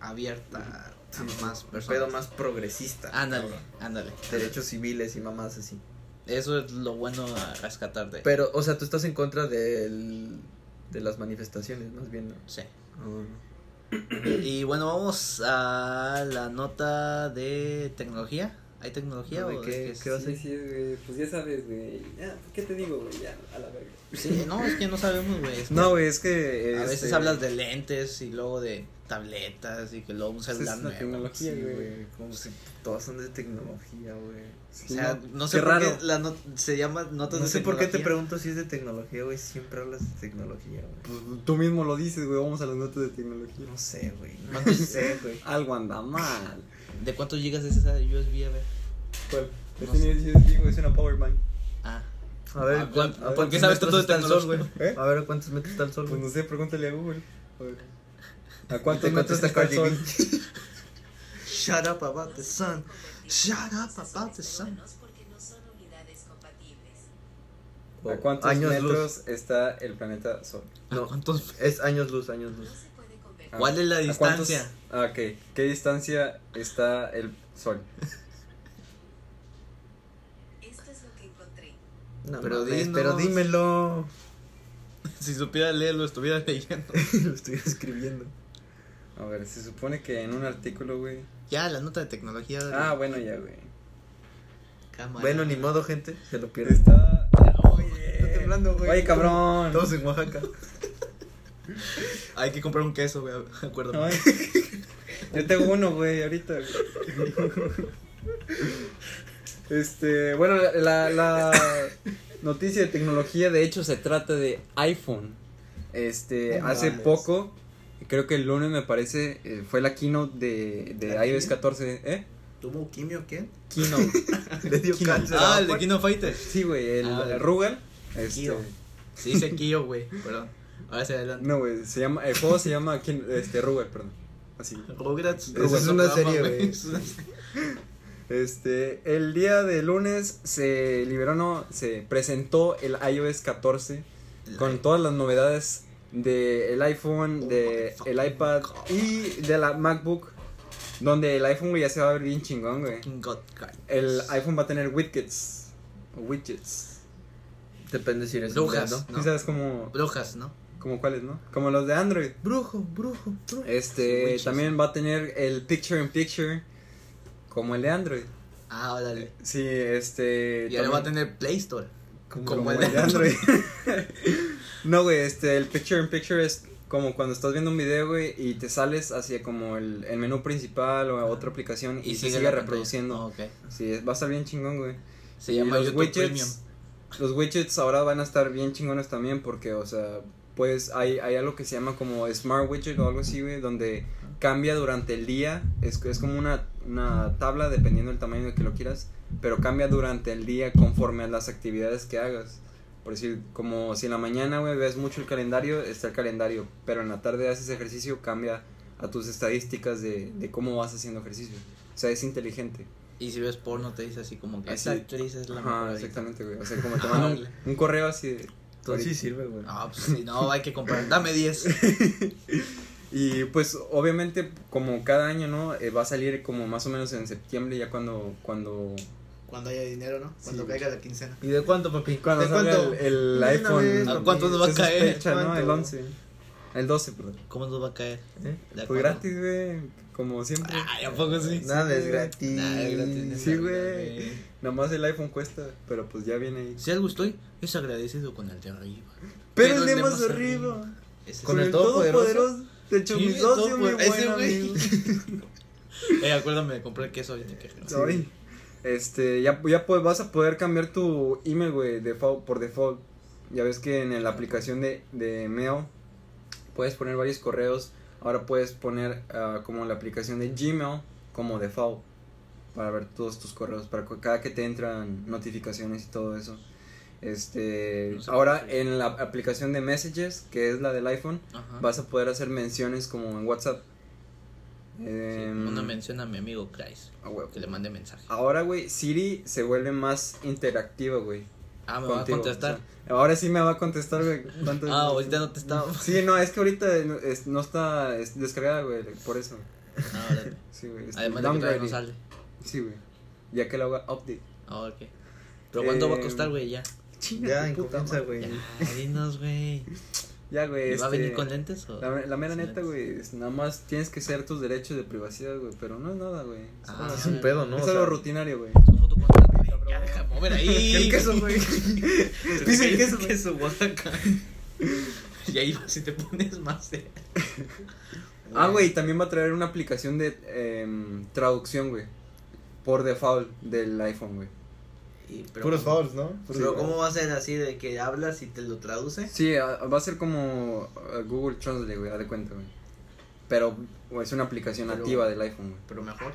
E: abierta a más
C: Un pedo
E: personas.
C: más progresista.
E: Ándale, ándale.
C: Derechos civiles y mamás así.
E: Eso es lo bueno a rescatar de.
C: Pero, o sea, tú estás en contra del, de las manifestaciones, más bien, ¿no?
E: Sí.
C: Ah,
E: Y bueno, vamos a la nota de tecnología. ¿Hay tecnología
C: No, ¿de
E: o
C: qué-
E: es
C: qué vas
B: Sí, sí, güey. Pues ya sabes, güey. Ya, ¿Qué te digo, güey? Ya, a la verga. Ah,
E: Sí, no, es que no sabemos, güey. es que-
C: No, güey, es que...
B: eh,
E: A veces
C: este,
E: hablas de lentes y luego de tabletas y que luego un
B: Esa
C: Este
E: celular
B: es la
E: nuevo.
B: tecnología,
C: Sí,
B: güey.
C: güey, como si todas son de tecnología, güey.
E: O sea,
B: Sí,
E: no sé
B: qué
E: por
B: raro.
E: qué la not- se llama notas
C: No
E: de
C: sé por qué te
E: tecnología.
C: pregunto si es de tecnología, güey. Siempre hablas de tecnología, güey.
B: Pues, tú mismo lo dices, güey. Vamos a las notas de tecnología.
C: No sé, güey. No sé, güey.
B: Algo anda mal.
E: ¿De cuántos gigas es esa USB? A ver.
B: ¿Cuál?
E: No
B: Este nivel sí es digo, es una power bank.
E: Ah,
C: A ver,
E: Ah,
C: ¿cuán-
E: ¿cuál-
C: a
E: por
C: cuántos
E: qué sabes
C: metros
E: tanto de
C: está el sol, güey?
E: tecnología?
B: ¿Eh?
C: A ver, ¿a ¿cuántos metros está el sol,
B: Pues no
C: güey?
B: sé, pregúntale a Google. A ver. ¿A
C: ¿Y
B: cuántos
C: te
B: metros
C: contesta
B: está el sol?
C: Cardi
E: Shut up about the sun. Shut up about the sun.
G: porque no son unidades compatibles.
B: ¿A cuántos
C: Años luz.
B: metros está el planeta Sol?
E: No, ¿cuántos?
C: Es años luz, años
G: No
C: luz.
G: se puede
B: Ah.
G: convertir.
E: ¿Cuál es la
B: ¿A cuántos-
E: distancia?
B: Ah, ok. ¿Qué distancia está el Sol?
G: Esto es lo que encontré.
C: No
E: Pero
C: mames,
E: dinos.
C: pero dímelo.
E: Si supiera leerlo, estuviera leyendo.
C: Lo estoy escribiendo.
B: A ver, se supone que en un artículo, güey.
E: Ya, la nota de tecnología. de
B: Ah, bueno, ya, güey.
E: cámara.
C: Bueno, ni modo, gente. Se lo pierdes.
B: Está.
C: Está temblando, güey.
B: Oye, cabrón.
C: Estamos en Oaxaca.
E: Hay que comprar un queso, güey. Acuérdame.
B: Ay. Yo tengo uno, güey, ahorita. güey. Este, bueno, la, la noticia de tecnología, de hecho, se trata de iPhone. Este,
C: No
B: hace
C: mames.
B: poco, creo que el lunes me parece, eh, fue la keynote de,
E: ¿La
B: de iOS
E: keynote?
B: 14, ¿eh?
E: ¿Tuvo quimio qué?
B: Keynote.
C: Le dio
B: Kino.
C: cáncer.
E: Ah, el de Kino Fighter.
B: Sí, güey, el
E: Ah, vale.
B: Rugal. este,
E: Kio. Se dice Kio, güey. Perdón. Ahora se adelante.
B: no, güey, se llama, el juego se llama Kin- este, Rugal, perdón. Así.
E: Rugrats.
C: Esa es
E: Rugrats,
C: una
E: programa,
C: serie, güey.
E: Es una
B: Este, el día de lunes se liberó, no, se presentó el iOS 14 con todas las novedades del iPhone,
E: Oh
B: del
E: my
B: el
E: fucking
B: iPad
E: God.
B: y de la MacBook. Donde el iPhone güey, ya se va a ver bien chingón, güey.
E: fucking God, God.
B: El iPhone va a tener widgets. o Widgets.
C: Depende si eres
E: Brujas.
C: un dedo.
B: ¿Sí
E: No.
B: sabes como,
E: Brujas, ¿no?
B: como cuáles, no? Como los de Android.
C: Brujo, brujo, brujo.
B: Este,
E: Widgets.
B: también va a tener el Picture in Picture. Como el de Android.
E: Ah, órale.
B: Sí, este.
E: Y ahora va a
B: también-
E: tener Play Store. Como,
B: como
E: el de Android.
B: no, güey, este, el picture in picture es como cuando estás viendo un video, güey, y te sales hacia como el, el menú principal o a otra aplicación y, se sigue
E: la pantalla. Ah,
B: reproduciendo.
E: ok.
B: Sí, es- va a estar bien chingón, güey.
E: Se
B: Y
E: llama
B: los
E: YouTube
B: widgets,
E: Premium.
B: Los widgets ahora van a estar bien chingones también porque, o sea, pues hay, hay algo que se llama como Smart Widget o algo así, güey, donde cambia durante el día. Es, es como una, una tabla dependiendo del tamaño de que lo quieras, pero cambia durante el día conforme a las actividades que hagas. Por decir, como si en la mañana, güey, ves mucho el calendario, está el calendario, pero en la tarde haces ejercicio, cambia a tus estadísticas de, de cómo vas haciendo ejercicio. O sea, es inteligente.
E: Y si ves porno, te dice así como que
B: Así.
E: esta actriz es la mejor.
B: Ajá,
E: ahorita.
B: exactamente, güey. O sea, como te manda un, un correo así de...
C: Entonces sí Ah, sirve, güey.
E: No, pues si no, hay que comprar. Dame 10.
B: Y pues obviamente como cada año, ¿no? Eh, va a salir como más o menos en septiembre ya cuando... cuando
E: Cuando haya dinero, ¿no?
B: Cuando Sí. caiga
E: la quincena.
C: ¿Y de cuánto, papi?
B: cuando
C: ¿De
B: salga
C: cuánto?
B: el, el
C: Una vez,
B: iPhone...
E: ¿A cuánto nos va a
B: se
E: caer?
B: sospecha, ¿no?
C: ¿Cuánto?
B: El 11. El 12, perdón.
E: ¿Cómo nos va a caer?
C: ¿Eh?
B: Fue
E: ¿De acuerdo?
B: Pues gratis, güey. Como siempre.
E: Ay, ¿a poco sí?
C: Nada es gratis.
E: Nah, es gratis, neta,
B: sí,
E: güey.
B: güey. Nada más el iPhone cuesta, pero pues ya viene ahí.
E: Si algo estoy, es agradecido con el de arriba.
B: Pero
E: el
B: el de
E: de
B: más
E: más
B: arriba.
E: Ese
C: Con
B: Con el
E: es
C: el Todopoderoso.
B: todopoderoso. De hecho,
E: Sí,
B: mi
E: el
B: socio, mi
E: Todopoderoso, ese
B: buen
E: güey.
B: amigo.
A: Eh, acuérdame de comprar queso. ya ni que-
B: Sí. Este, ya, ya pues, vas a poder cambiar tu email, güey, default, por default. Ya ves que en la aplicación de, de Mail puedes poner varios correos. Ahora puedes poner ah, como la aplicación de Gmail como default para ver todos tus correos, para cu- cada que te entran notificaciones y todo eso. Este,
A: No sé
B: ahora
A: cómo se
B: en la aplicación de Messages, que es la del iPhone,
A: Ajá.
B: vas a poder hacer menciones como en WhatsApp.
A: Sí,
B: Em,
A: Una mención a mi amigo Chris.
B: a huevo.
A: Que le mande mensaje.
B: Ahora, güey, Siri se vuelve más interactiva, güey.
A: Ah, me va a
B: contigo,
A: contestar.
B: o sea, ahora sí me va a contestar, güey. ¿Cuánto-
A: Ah, ahorita no te estaba.
B: Sí, no, es que ahorita no, es- no está es descargada, güey, por eso.
A: Ah, órale.
B: Sí, güey. este,
A: Además de que todavía no
B: downgraded.
A: sale.
B: Sí, güey. Ya que la haga update.
A: Ah, ok. Pero ¿cuánto va a
B: Eh,
A: costar, güey? Ya.
B: Chinga
C: Ya,
B: tu
C: en
B: puta
C: confianza,
B: madre.
C: Eh, güey.
A: Ya, Ah, dinos, güey.
B: Ya, güey.
A: ¿Y ¿Va a
B: este,
A: venir con lentes o?
B: La, la mera
A: sin
B: neta,
A: lentes?
B: güey, es nada más tienes que ser tus derechos de privacidad, güey, pero no es nada, güey. Es
A: Ah,
B: algo-
C: Es un pedo, ¿no?
B: es
C: O sea,
B: algo rutinario, güey.
A: ¿Cómo tú contaste? Ya, deja mover ahí.
C: El queso, güey.
A: Se te cae
C: Dice el queso,
A: El
C: güey.
A: queso, guasaca. Y ahí vas y te pones más. eh.
B: Ah, güey, también va a traer una aplicación de em, traducción, güey. Por default del iPhone, güey.
D: Y, pero,
C: Puros favors, ¿no? Puros
D: Pero
C: favors.
D: ¿cómo va a ser así de que hablas y te lo traduce?
B: Sí, a- va a ser como eh, Google Translate, güey, haz de cuenta, güey. Pero güey, es una aplicación
D: Pero-
B: nativa del iPhone, güey.
D: Pero mejor.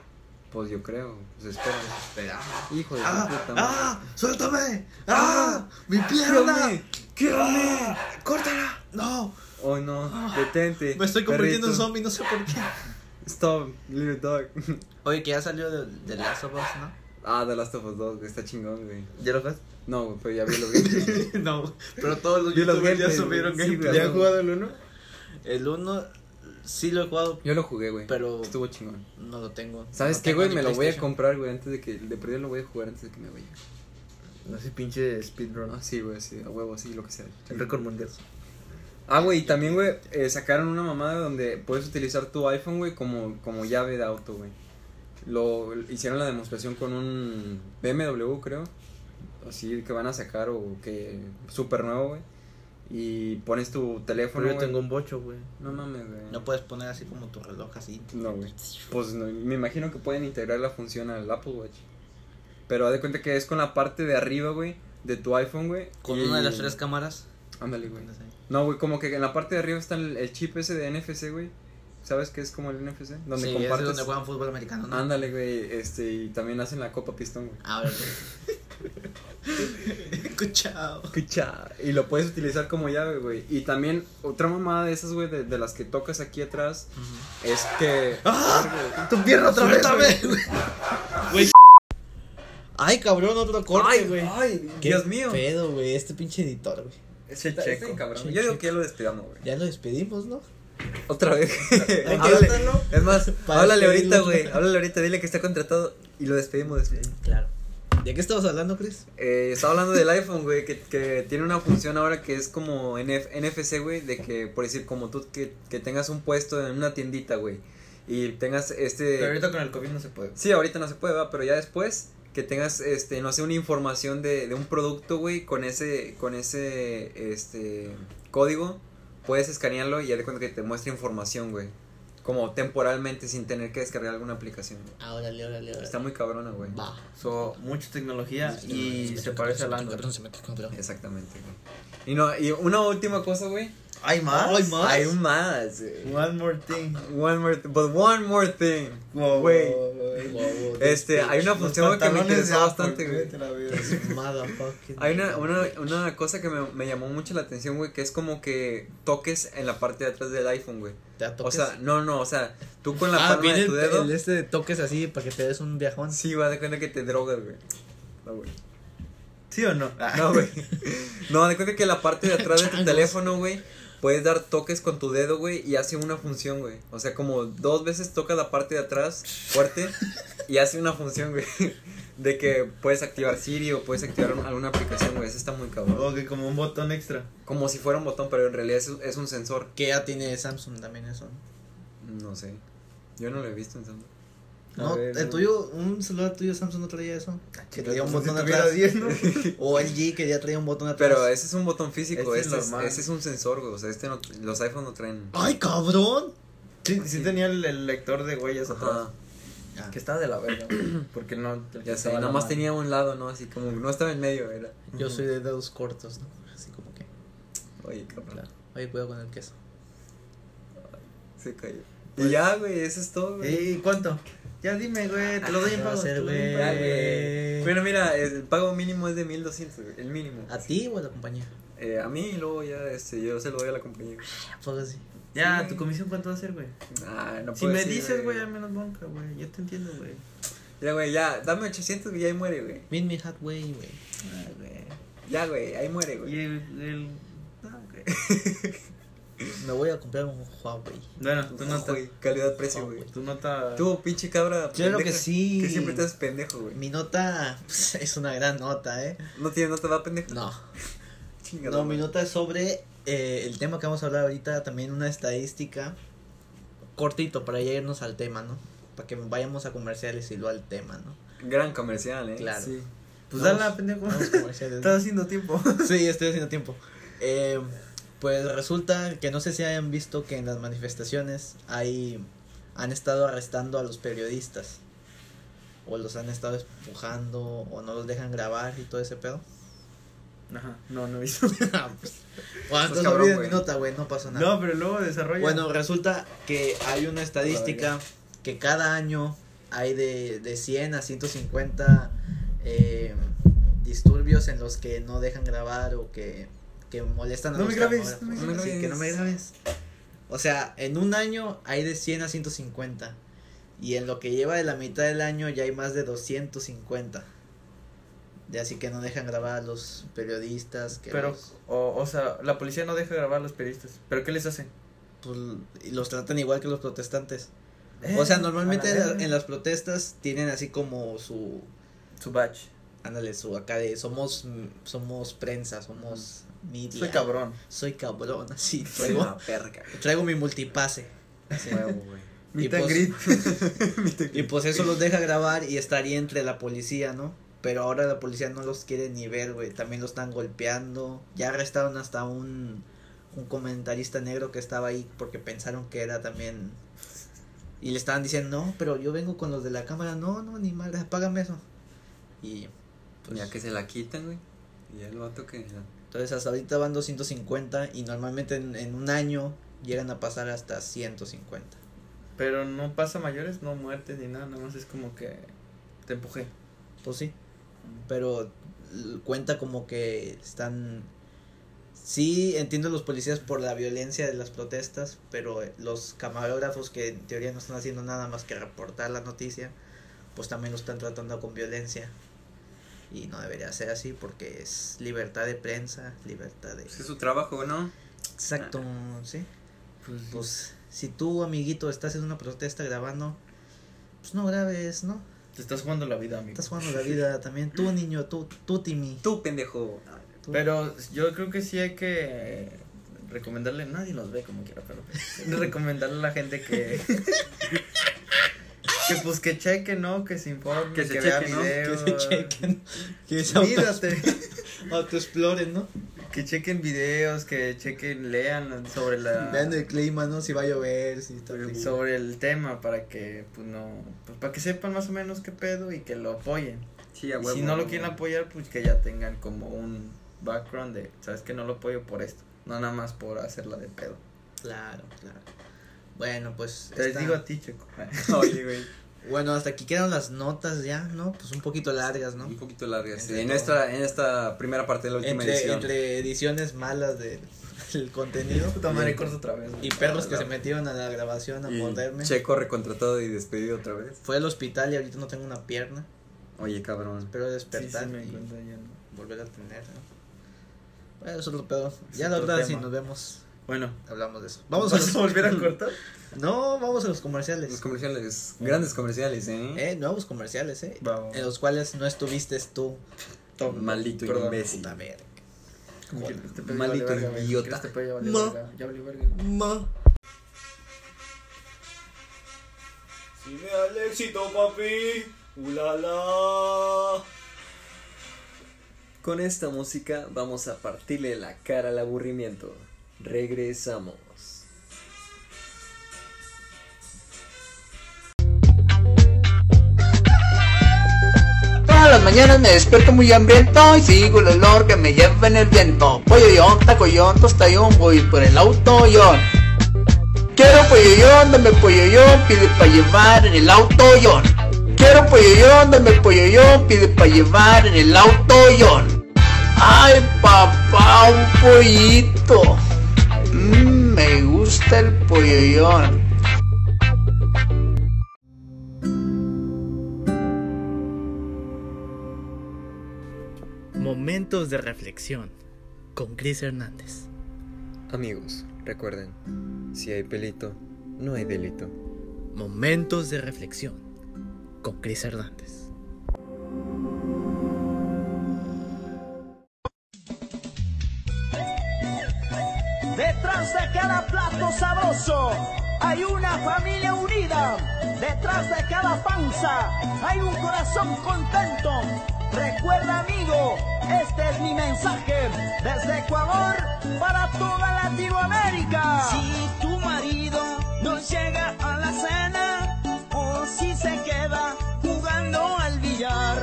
B: Pues yo creo, pues espera.
D: Espera.
B: Hijo de su
D: ¡Ah!
B: puta madre.
D: ¡Ah! ¡Suéltame! ¡Ah! ¡Mi pierna! ¡Ah! ¡Córtala! ¡No!
B: Oh no, detente.
A: Me estoy convirtiendo en
B: perrito.
A: zombie, no sé por qué.
B: Stop, little dog.
D: Oye, que ya salió de, de Last of Us, ¿no?
B: ah, The Last of Us 2, güey, está chingón, güey.
C: ¿Ya lo jugaste?
B: No, güey, pero ya vi los gameplays.
A: No, pero todos los
B: Vi los
A: youtubers ya
B: gameplays, güey.
A: subieron
B: Sí,
A: gameplay.
B: güey.
C: ¿Ya han jugado el uno?
A: El 1 sí lo he jugado,
B: Yo lo jugué, güey.
A: Pero-
B: Estuvo chingón.
A: no lo tengo.
B: ¿Sabes
A: No
B: qué,
A: tengo
B: güey?
A: ni
B: Me lo voy a
A: PlayStation.
B: comprar, güey, antes de que... De perdido lo voy a jugar antes de que me vaya.
C: No sé, pinche speedrun.
B: Ah, sí, güey, sí, a huevo, sí, lo que sea.
C: El récord mundial.
B: Ah, güey, y también, güey, eh, sacaron una mamada donde puedes utilizar tu iPhone, güey, como, como llave de auto, güey. Lo hicieron la demostración con un BMW, creo. Así que van a sacar o que súper nuevo, güey. Y pones tu teléfono,
C: Pero yo
B: güey.
C: tengo un bocho, güey.
B: No mames, güey.
D: No puedes poner así como tu reloj así.
B: No, güey. Pues no, me imagino que pueden integrar la función al Apple Watch. Pero haz de cuenta que es con la parte de arriba, güey, de tu iPhone, güey.
A: Con
B: y-
A: una de las tres cámaras.
B: Ándale, güey. No, güey, como que en la parte de arriba está el, el chip ese de NFC, güey. ¿Sabes qué es como el NFC? Donde
D: sí, es
B: compartes. Ah.
D: donde juegan fútbol americano, ¿no?
B: Ándale, güey, este, y también hacen la copa pistón, güey.
A: Ah,
D: Ahora. Escuchado.
B: Escucha, Y lo puedes utilizar como llave, güey. Y también, otra mamada de esas, güey, de, de las que tocas aquí atrás, es que.
A: ¡Ah!
C: ¡Tu pierna otra vez, güey!
A: Ay, cabrón, otro corte, güey.
B: ay,
A: Qué
B: Dios mío.
A: pedo, güey, este pinche editor, güey.
B: Está- está
A: checo.
B: bien cabrón.
A: Che-
B: Yo digo
A: checo.
B: que ya lo despegamos, güey.
A: Ya lo despedimos, ¿no?
B: Otra vez.
A: Hay que
B: Háblale.
A: hacerlo
B: Es más,
A: para
B: háblale ahorita,
A: despedirlo.
B: güey. Háblale ahorita, dile que está contratado y lo despedimos después.
A: Claro. ¿De qué estamos hablando, Chris?
B: Eh, estaba hablando del iPhone, güey, que, que tiene una función ahora que es como NF NFC, güey, de que, por decir, como tú, que, que tengas un puesto en una tiendita, güey, y tengas este...
C: Pero ahorita con el COVID no se puede.
B: Sí, ahorita no se puede, ¿verdad? pero ya después que tengas, este, no sé, una información de, de un producto, güey, con ese, con ese, este, código, puedes escanearlo y ya de cuenta que te muestra información, güey, como temporalmente sin tener que descargar alguna aplicación.
A: Ah, órale, órale, órale.
B: Está muy cabrona, güey.
A: Va.
C: So, mucha tecnología y se parece al Android.
A: se mete con drogas.
B: Exactamente, güey. Y, no, y una última cosa, güey.
C: ¿Hay más?
A: ¿Hay más?
B: Hay más. güey.
C: One more thing.
B: One more, th- but one more thing.
C: Wow,
B: Güey.
C: wow, wow.
B: Este, hay una
C: Los
B: función güey, que me
C: pantalones de
B: interesó
C: Apple,
B: bastante, güey.
C: vete a la verga.
A: Motherfucking.
B: Hay una, una, una cosa que me, me llamó mucho la atención, güey, que es como que toques en la parte de atrás del iPhone, güey.
A: ¿Te
B: O
A: atoques?
B: sea, no, no, o sea, tú con la
A: ah,
B: palma
A: viene
B: de tu
A: el-
B: dedo.
A: el este de toques así para que te des un viajón.
B: Sí, va de cuenta que te drogas, güey. No, güey.
C: ¿Sí o no? Ah.
B: No, güey. No, de cuenta que la parte de atrás de tu teléfono, güey, puedes dar toques con tu dedo, güey, y hace una función, güey. O sea, como dos veces tocas la parte de atrás fuerte y hace una función, güey. De que puedes activar Siri o puedes activar un- alguna aplicación, güey. Eso está muy cabrón.
C: Ok, como un botón extra.
B: Como si fuera un botón, pero en realidad es, es un sensor.
D: Que ya tiene Samsung también eso.
B: No sé. Yo no lo he visto en Samsung.
C: A
D: No,
C: ver,
D: el
C: no.
D: tuyo, un celular tuyo Samsung no traía eso. Que traía un
C: Como si
D: botón
C: tuviera
D: atrás.
C: 10, ¿no?
D: O LG que ya traía un botón atrás.
B: Pero ese es un botón físico,
C: Este es
B: este, es,
C: normal.
B: ese es un sensor, güey. O sea, este no- los iPhones no traen.
D: ¡Ay, cabrón!
C: Sí, sí tenía el, el lector de huellas atrás.
B: Ajá.
D: Ah.
C: Que estaba de la verga, güey, porque no... el que
B: Ya sé,
C: estaba a la
B: nada más
C: mano.
B: tenía un lado, ¿no? Así como no estaba en medio, era.
E: Yo soy de dedos cortos, ¿no? Así como que.
B: Oye, cabrón,
E: Claro. Oye, cuidado con el queso.
B: se cayó. Y
C: Pues,
B: ya, güey, eso es todo, güey.
C: ¿Y cuánto? Ya dime, güey, te lo doy en
B: Ah, va a
C: pago.
B: ser,
C: te lo doy en
B: güey.
C: pago,
B: Bueno, mira, el pago mínimo es de 1200, güey, el mínimo.
E: ¿A ti o a la compañía?
B: Eh, a mí y luego ya, este, yo se lo doy a la compañía.
E: Ya, pues así.
C: Ya,
B: Sí.
C: ¿tu comisión cuánto va a ser, güey?
B: Ah, no
C: Si
B: puedo
C: me
B: decir,
C: dices, güey, hay menos bronca, güey. Yo te entiendo, güey.
B: Ya, güey, ya, dame 800, güey, ahí muere, güey.
E: Meet me halfway, güey.
C: Ah, güey.
B: Ya, güey, ahí muere,
C: Y
B: güey.
C: el... el... ah, güey.
E: Me voy a comprar un Huawei.
C: Bueno,
E: pues
C: tú no
B: Güey,
E: Oh,
B: calidad-precio, güey.
C: Tu nota.
B: Tú, pinche cabra.
E: Claro que
B: pendeja,
E: sí.
B: Que siempre estás pendejo, güey.
E: Mi nota pues, es una gran nota, ¿eh?
B: No tiene nota, va pendejo.
E: No.
B: Chingado,
E: No, mi
B: güey.
E: nota es sobre eh, el tema que vamos a hablar ahorita, también una estadística cortito para ya irnos al tema, ¿no? Para que vayamos a comerciales y luego al tema, ¿no?
B: Gran comercial, eh.
E: Claro.
B: Sí.
C: Pues
E: Vamos-
C: dale, pendejo.
E: Vamos a comerciales.
C: Estás haciendo tiempo.
E: Sí, estoy haciendo tiempo. Eh, pues resulta que no sé si hayan visto que en las manifestaciones hay, han estado arrestando a los periodistas. O los han estado empujando, o no los dejan grabar y todo ese pedo.
C: Ajá, no, no he visto.
E: Ah, pues, bueno, entonces
B: cabrón,
E: olviden mi
B: güey.
E: nota, güey, no pasa nada.
C: No, pero luego desarrolla.
E: Bueno, resulta que hay una estadística que cada año hay de, de 100 a 150 eh, disturbios en los que no dejan grabar o que, que molestan a
C: No
E: los
C: me grabes,
E: camarógrafos,
C: no
B: me
E: así
B: grabes.
E: que no me grabes. O sea, en un año hay de 100 a 150 y en lo que lleva de la mitad del año ya hay más de 250. De así que no dejan grabar a los periodistas. Que
C: Pero,
E: los-
C: o, o sea, la policía no deja grabar a los periodistas. ¿Pero qué les hace?
E: pues, y los tratan igual que los protestantes.
A: Eh,
E: O sea, normalmente
C: A
E: en,
C: la
E: la-
C: verga.
E: en las protestas tienen así como su,
C: Su badge.
E: ándale, su acá de somos, mm, somos prensa, somos media.
C: Soy cabrón.
E: Soy cabrón, así.
B: Soy una
E: Traigo,
B: perca.
E: traigo mi multipase. Y
C: Meet and
E: pues-
C: greet.
E: Y pues eso los deja grabar y estaría entre la policía, ¿no? Pero ahora la policía no los quiere ni ver, güey. También los están golpeando. Ya arrestaron hasta un, un comentarista negro que estaba ahí porque pensaron que era también... Y le estaban diciendo, no, pero yo vengo con los de la cámara. No, no, ni madre, págame eso. Y pues,
B: Ya que se la quitan, güey. Y ya el vato que.
E: entonces hasta ahorita van 250 y normalmente en, en un año llegan a pasar hasta 150.
C: Pero no pasa mayores, no muertes ni nada. Nada más es como que te empujé.
E: Pues sí. Pero l- cuenta como que están... Sí, entiendo los policías por la violencia de las protestas, pero eh, los camarógrafos que en teoría no están haciendo nada más que reportar la noticia, pues también lo están tratando con violencia. Y no debería ser así porque es libertad de prensa, libertad de...
B: Pues es su trabajo, ¿no?
E: Exacto, sí.
C: Ah. Pues,
E: Pues si tú, amiguito, estás en una protesta grabando, pues no grabes, ¿no?
C: te estás jugando la vida, amigo.
E: Estás jugando la vida también. Tú, niño, tú, tú, Timmy.
B: Tú, pendejo.
E: tú.
C: Pero yo creo que sí hay que recomendarle, nadie los ve como quiera, pero recomendarle a la gente que que pues que cheque, ¿no? Que se informe, que,
B: Que se
C: vea
B: cheque, ¿no?
E: que
C: videos.
E: se chequen, que se auto,
C: Mídate,
E: autoexploren, ¿no?
C: que chequen videos, que chequen, lean sobre la
E: Vean el clima, ¿no? Si va a llover, si está frío.
C: sobre el tema para que pues no, pues para que sepan más o menos qué pedo y que lo apoyen.
B: Sí, a
C: Y
B: huevo.
C: si no lo quieren apoyar, pues que ya tengan como un background de, sabes que no lo apoyo por esto, no nada más por hacerla de pedo.
E: Claro, claro. Bueno, pues.
C: Te
E: esta-
C: digo a ti, Checo.
B: Oye, güey.
E: Pues, Bueno, hasta aquí quedan las notas ya, ¿no? Pues un poquito largas, ¿no?
B: Un poquito larga, sí.
E: Entre
B: En
E: todo.
B: esta, en esta primera parte de la última
E: Entre,
B: edición.
E: entre ediciones malas del del contenido.
C: Puta madre, Ah, corta otra vez. güey.
E: Y perros que se metieron a la grabación a
B: Y
E: morderme.
B: Checo recontratado y despedido otra vez.
E: Fue al hospital y ahorita no tengo una pierna.
B: Oye, cabrón.
E: Espero
C: Sí, sí,
E: despertar
C: me di
E: y
C: cuenta, ya no.
E: volver a tener. ¿no? Bueno, eso es lo peor. Ya la
C: otro
E: verdad, si
C: tema.
E: nos vemos,
C: Bueno,
E: hablamos de eso.
C: vamos
E: Vamos a los
C: a volver a cortar.
E: No, vamos a los
B: Los
E: comerciales.
B: comerciales, grandes comerciales, ¿eh?
E: Eh, nuevos comerciales, eh.
C: Vamos.
E: En los cuales no estuviste tú.
B: Maldito
C: Perdón.
B: imbécil.
E: Puta verga.
C: ¿Quieres este pedo?
B: Maldito
C: Vale, verga, güey.
B: idiota.
C: ¿Quieres este pedo? Ya vale
E: Ma.
C: verga, ya vale verga, güey.
H: Cine al éxito, papi. Ulala.
B: Con esta música vamos a partirle la cara al aburrimiento. Regresamos.
I: las mañanas me despierto muy hambriento y sigo el olor que me lleva en el viento. Pollo yo, taco yo, tostayón, voy por el auto yo. Quiero pollo yo, dame pollo yo, pide pa' llevar en el auto yo. Quiero pollo yo, dame pollo yo, pide pa' llevar en el auto yo. Ay papá, un pollito. Mm, me gusta el polloyón.
J: Momentos de reflexión con Chris Hernández.
B: Amigos, recuerden, si hay pelito, no hay delito.
J: Momentos de reflexión con Chris Hernández.
K: Detrás de cada plato sabroso hay una familia unida. Detrás de cada panza hay un corazón contento. Recuerda amigo, este es mi mensaje desde Ecuador para toda Latinoamérica. Si tu marido no llega a la cena o si se queda jugando al billar,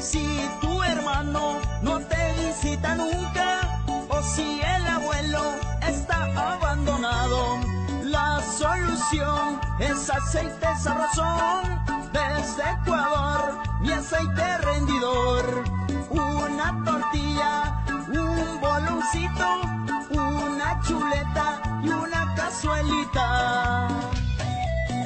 K: si tu hermano no te visita nunca o si el abuelo está abandonado. La solución es aceite sabrosón desde Ecuador, mi aceite rendidor. Una tortilla, un boloncito, una chuleta y una cazuelita.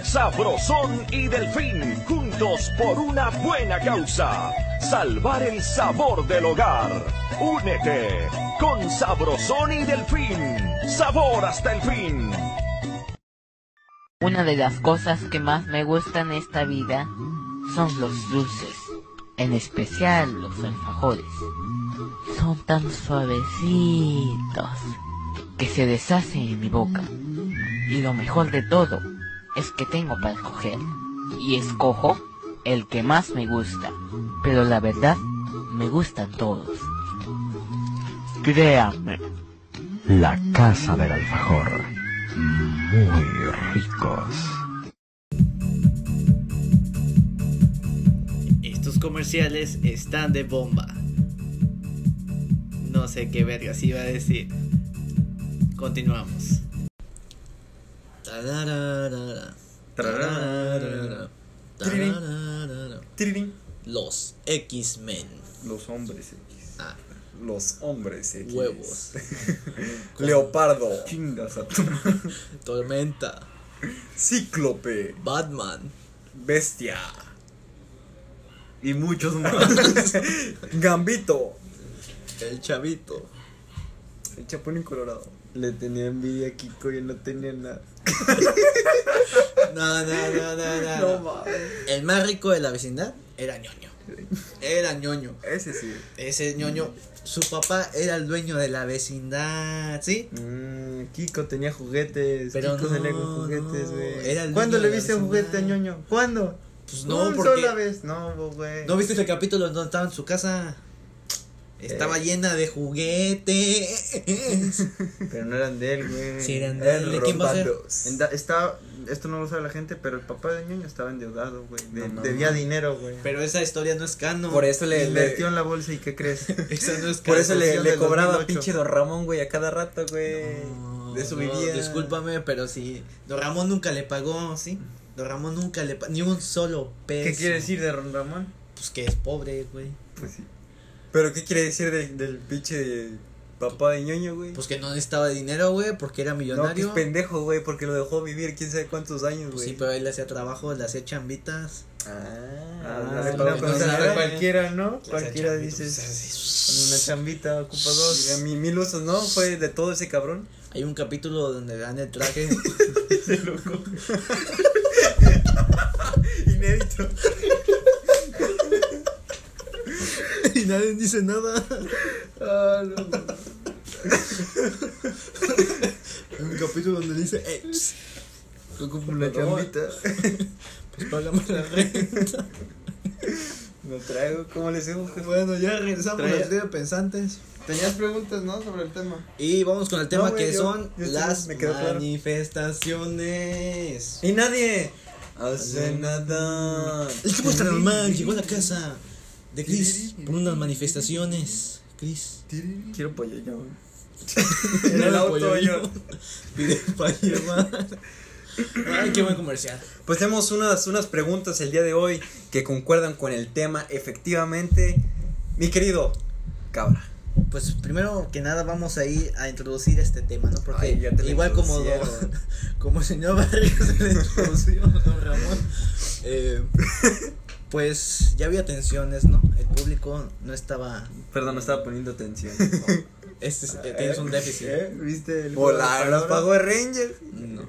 L: Sabrosón y Delfín, juntos por una buena causa. Salvar el sabor del hogar. Únete con Sabrosón y Delfín. Sabor hasta el fin.
M: Una de las cosas que más me gustan en esta vida son los dulces, en especial los alfajores. Son tan suavecitos que se deshacen en mi boca. Y lo mejor de todo es que tengo para escoger. Y escojo el que más me gusta. Pero la verdad, me gustan todos. Créanme,
N: La casa del alfajor. Muy ricos.
J: Estos comerciales están de bomba. No sé qué vergas iba a decir. Continuamos.
A: Tarararara, tarararara, tarararara. Los X-Men.
B: Los hombres X.
A: Ah.
B: Los hombres X.
A: Huevos.
B: Leopardo. Chingas a tu
A: Tormenta.
B: Cíclope.
A: Batman.
B: Bestia.
C: Y muchos más.
B: Gambito.
A: El Chavito.
B: El Chapulín Colorado.
D: Le tenía envidia a Kiko y no tenía nada.
A: No, no, no, no, no, no. El más rico de la vecindad era ñoño. Era ñoño.
B: Ese sí.
A: Ese ñoño, su papá era el dueño de la vecindad, ¿sí?
D: Mm, Kiko tenía juguetes.
A: Pero
D: Kiko
A: no,
D: salía con juguetes,
A: no,
D: güey.
A: era el
D: ¿Cuándo
A: niño
D: le
A: de la
D: viste un juguete a
A: vecindad.
D: ñoño? ¿Cuándo?
A: Pues no,
D: Una
A: porque.
D: sola vez. No, güey.
A: ¿No viste el capítulo donde estaba en su casa? Estaba
B: Eh.
A: llena de juguetes.
D: Pero no eran de él, güey.
A: Sí, eran de
D: Eran
A: él. ¿Quién va a ser?
D: robados.
C: Enda- Está, esto no lo sabe la gente, pero el papá de ñoño estaba endeudado, güey. De-
B: No, no,
C: debía dinero, güey.
A: Pero esa historia no es canon.
B: Por eso le, le-
C: Invirtió en la bolsa y ¿qué crees?
A: Esa no es
B: por
A: canon.
B: eso le,
C: Canción
B: le
C: del
B: cobraba
C: 2008.
B: pinche Don Ramón, güey, a cada rato, güey.
A: No,
B: de su
A: no,
B: vivía.
A: Discúlpame, pero si Don Ramón nunca le pagó, ¿sí? Don Ramón nunca le pagó ni un solo peso.
C: ¿Qué quiere decir de Ron Ramón?
A: Pues que es pobre, güey.
B: Pero ¿qué quiere decir del, del pinche papá de ñoño, güey?
A: Pues que no necesitaba dinero, güey, porque era
B: no, que es
A: millonario.
B: pendejo, güey, porque lo dejó vivir quién sabe cuántos años,
A: Pues
B: güey.
A: sí, pero él le hacía trabajo, le hacía chambitas.
B: Ah,
C: Ah,
B: le
A: no,
B: pagó
A: no,
B: con
A: no,
B: dinero,
A: no,
B: güey.
C: cualquiera, ¿no?
A: Le hacía
C: Cualquiera
A: chambitas,
C: dices.
A: así.
C: En una chambita ocupa
B: A
C: dos.
B: mi mil usos, ¿no? Fue de todo ese cabrón.
A: Hay un capítulo donde dan el traje.
C: Inédito.
A: y nadie dice nada. Hay un capítulo donde dice, eh, pss,
C: Ocupa una chambita.
A: pues págame la renta.
B: No traigo, ¿cómo les digo?
A: bueno, ya regresamos
C: Traía-
A: al trío pensantes.
C: Tenías preguntas, ¿no? Sobre el tema.
A: Y vamos con el tema
B: No, güey,
A: que
B: yo-
A: son
B: yo sí,
A: las
B: me quedó claro.
A: manifestaciones.
B: Y nadie hace nada.
A: El que está normal llegó a la casa.
O: de Chris por unas manifestaciones. Chris.
E: Quiero pollo yo. en el auto yo.
O: Pide pollo, man. Ay, qué buen comercial.
B: Pues tenemos unas, unas preguntas el día de hoy que concuerdan con el tema, efectivamente. Mi querido Cabra.
A: Pues primero que nada vamos a ir a introducir este tema, ¿no? Porque
B: Ay, ya te lo
A: igual como,
B: introducieron.
A: como el señor Barrios se le introdució, don Ramón, eh, pues ya había tensiones, ¿no? El público no estaba...
B: Perdón, no estaba poniendo atención.
A: Este es- eh, tienes un déficit.
E: ¿Eh? ¿Viste? El
B: Volar, la pagó de Ranger.
A: No.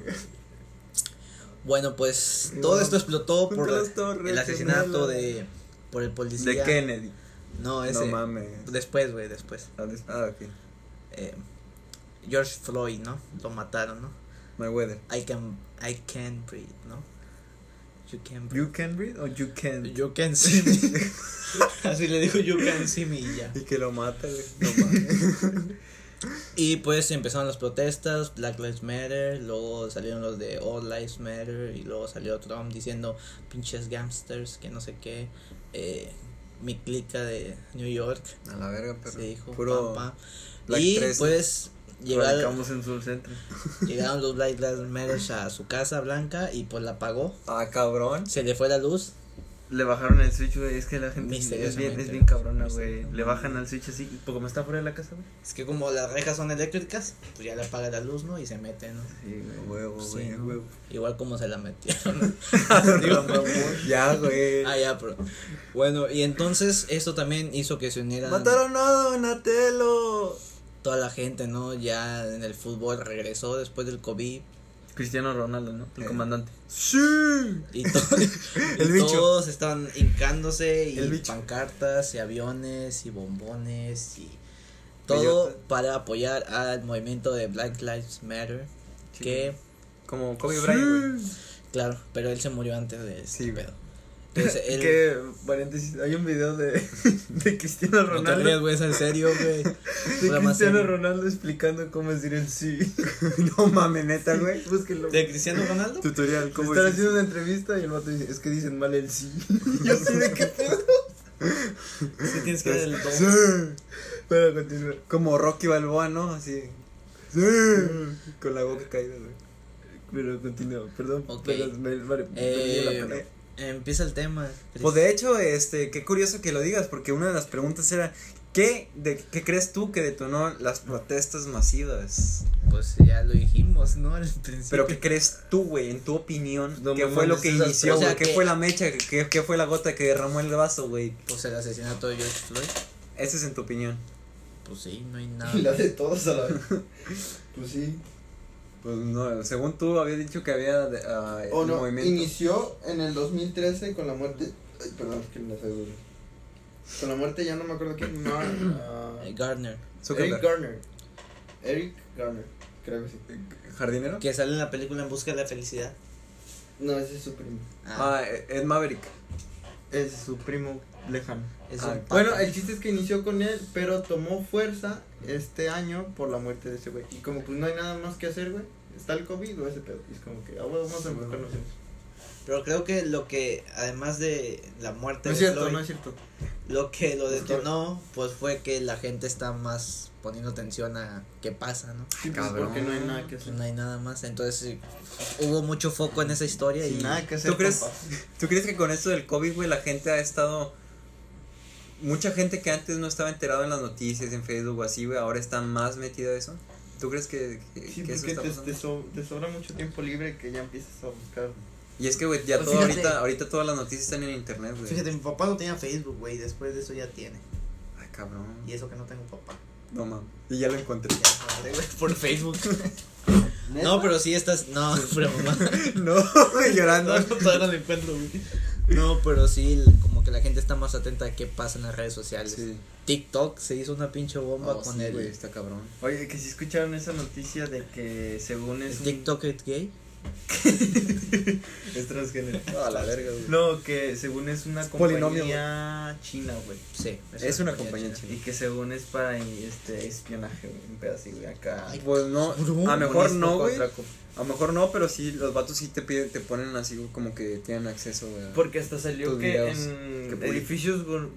A: Bueno, pues todo esto explotó por
B: las torres
A: el asesinato
B: gemelas.
A: de... Por el policía.
B: De Kennedy.
A: No,
B: No
A: ese.
B: mames.
A: Después, güey, después.
B: Ah, des- Ah, ok.
A: Eh, George Floyd, ¿no? Lo mataron, ¿no?
B: My weather.
A: I can, I can breathe, ¿no? You can breathe.
B: You can breathe o you can.
A: You can see me. Así le digo, you can see me y ya.
B: Y que lo mata, güey. No mames.
A: Y pues empezaron las protestas, Black Lives Matter, luego salieron los de All Lives Matter y luego salió Trump diciendo pinches gangsters, que no sé qué, eh, mi clica de New York,
B: A la verga, pero.
A: se dijo,
B: puro
A: pam, pam.
B: Black
A: y
B: 13.
A: pues llegaron,
E: Radicamos en Soul Centro.
A: llegaron los Black Lives Matter a su casa blanca y pues la apagó,
B: Ah, cabrón.
A: se le fue la luz
E: Le bajaron el switch, güey. Es que la gente es bien, es
A: Misteriosamente.
E: bien cabrona, güey. Le bajan al switch así. Porque como está fuera de la casa, güey.
A: Es que como las rejas son eléctricas, pues ya le apaga la luz, ¿no? Y se mete, ¿no?
E: Sí, güey.
B: Huevo,
A: Sí,
B: Pues güey,
A: ¿no?
B: huevo.
A: Igual como se la metieron.
B: No, mamón. ya, güey.
A: ah, ya, pero. Bueno, y entonces esto también hizo que se unieran
B: Mataron a Donatello.
A: toda la gente, ¿no? Ya en el fútbol regresó después del COVID
E: Cristiano Ronaldo, ¿no? El
B: Eh.
E: comandante.
B: Sí.
A: y, to- y
B: El bicho.
A: todos estaban hincándose y
B: El bicho.
A: pancartas y aviones y bombones y todo
B: Bellota.
A: para apoyar al movimiento de Black Lives Matter
B: Sí.
A: que
B: Como Kobe Bryant. güey.
A: Claro, pero él se murió antes de este
B: Sí, güey.
A: pedo. Entonces, él-
E: Que, paréntesis, hay un video de, de Cristiano
A: No te
E: Ronaldo.
A: rías, güey, es en serio, güey.
E: de
A: Pura más
E: Cristiano
A: en-
E: Ronaldo explicando cómo decir el sí.
B: no mames, neta, güey.
E: Búsquenlo.
A: ¿De Cristiano Ronaldo?
B: Tutorial, ¿cómo
E: Están
B: es?
E: haciendo una entrevista y el vato dice, es que dicen mal el sí. Yo sí de qué pedo.
A: Sí, tienes que dar el don.
B: Sí.
E: Pero continúa.
B: Como Rocky Balboa, ¿no? Así. Sí. Con la boca caída, güey.
E: Pero continúa, perdón.
A: Ok.
E: pero me- me- me-
A: Eh,
E: me di la pena.
A: Empieza el tema. Cris.
B: Pues de hecho, este, qué curioso que lo digas, porque una de las preguntas era, ¿qué, de, qué crees tú que detonó las protestas masivas?
A: Pues ya lo dijimos, ¿no? Al principio.
B: Pero ¿qué crees tú, güey, en tu opinión?
E: No
B: ¿Qué
E: me
B: fue lo
E: mandes
B: que
E: esas
B: inició,
A: preguntas.
B: güey?
A: O sea,
B: ¿Qué
A: que-
B: fue la mecha? ¿Qué, qué fue la gota que derramó el vaso, güey?
A: Pues el asesinato de George Floyd.
B: Esa es en tu opinión.
A: Pues sí, no hay nada.
E: Y la de todos a la vez. Pues sí.
B: Pues no, según tú había dicho que había de- ah,
C: O
B: un
C: Oh, no,
B: movimiento.
C: inició en el 2013 con la muerte. Ay, perdón, es que me hace duro. Con la muerte ya no me acuerdo quién. No, ah,
A: Eh, Gardner.
C: Eric
B: Zuckerberg.
C: Garner. Eric Garner, creo que sí.
B: ¿Jardinero?
A: Que sale en la película En Busca de la Felicidad.
C: No, ese es su primo.
B: Ah, Ed Maverick.
C: Es su primo lejano.
A: es
B: ah,
A: un papa.
C: Bueno, el chiste es que inició con él, pero tomó fuerza este año por la muerte de ese güey. Y como pues no hay nada más que hacer, güey. Está el COVID o ese pedo. Y es como que, ah, güey, vamos a enfocarnos en eso.
A: Pero creo que lo que, además de la muerte
C: No es
A: de
C: cierto,
A: Floyd,
C: no es cierto.
A: lo que lo
C: Es que-
A: detonó, pues fue que la gente está más poniendo atención a qué pasa, ¿no?
C: Sí, pues,
B: Cabrón.
C: porque no hay nada que
A: Pues
C: hacer.
A: no hay nada más, entonces sí, hubo mucho foco en esa historia y
C: Sin nada que hacer.
B: ¿Tú crees?
C: compa.
B: ¿Tú crees que con esto del COVID, güey, la gente ha estado... Mucha gente que antes no estaba enterada en las noticias, en Facebook o así, güey, ahora está más metida de eso? ¿Tú crees que, que-
C: Sí,
B: que eso
C: porque
B: está
C: te,
B: pasando?
C: te so- te sobra mucho tiempo libre que ya empiezas a buscar.
B: Y es que, güey, ya
A: Pues
B: todo
A: fíjate.
B: ahorita, ahorita todas las noticias están en internet, güey.
A: Fíjate, mi papá no tenía Facebook, güey, después de eso ya tiene.
B: Ay, cabrón.
A: Y eso que no tengo papá.
B: No, mames. Y ya lo encontré.
A: Ya, madre, güey, por Facebook. no, pero sí estás, no, pero mamá.
B: no, güey, llorando.
A: No, todavía no lo encuentro, güey. No, pero sí, el- como que la gente está más atenta a qué pasa en las redes sociales.
B: Sí.
A: TikTok se hizo una pinche bomba
B: Oh,
A: con
B: sí,
A: el,
B: güey, está cabrón.
E: Oye, que si escucharon esa noticia de que según
A: el
E: es un-
A: TikTok es gay.
E: es transgénero.
B: A la verga, güey.
E: No, que según es una compañía
B: Polinomio,
E: china, güey.
A: Sí,
B: Es una compañía
A: china.
B: china.
E: Y que según es para este espionaje, güey, un pedazo así, güey, acá.
B: Pues no, a mejor
E: Comunismo
B: no, güey.
E: contra co-
B: A A lo mejor no, pero sí, los vatos sí te piden, te ponen así como que tienen acceso a
C: Porque hasta salió
B: tus
C: que
B: videos que
C: en
B: publicas.
C: edificios gu-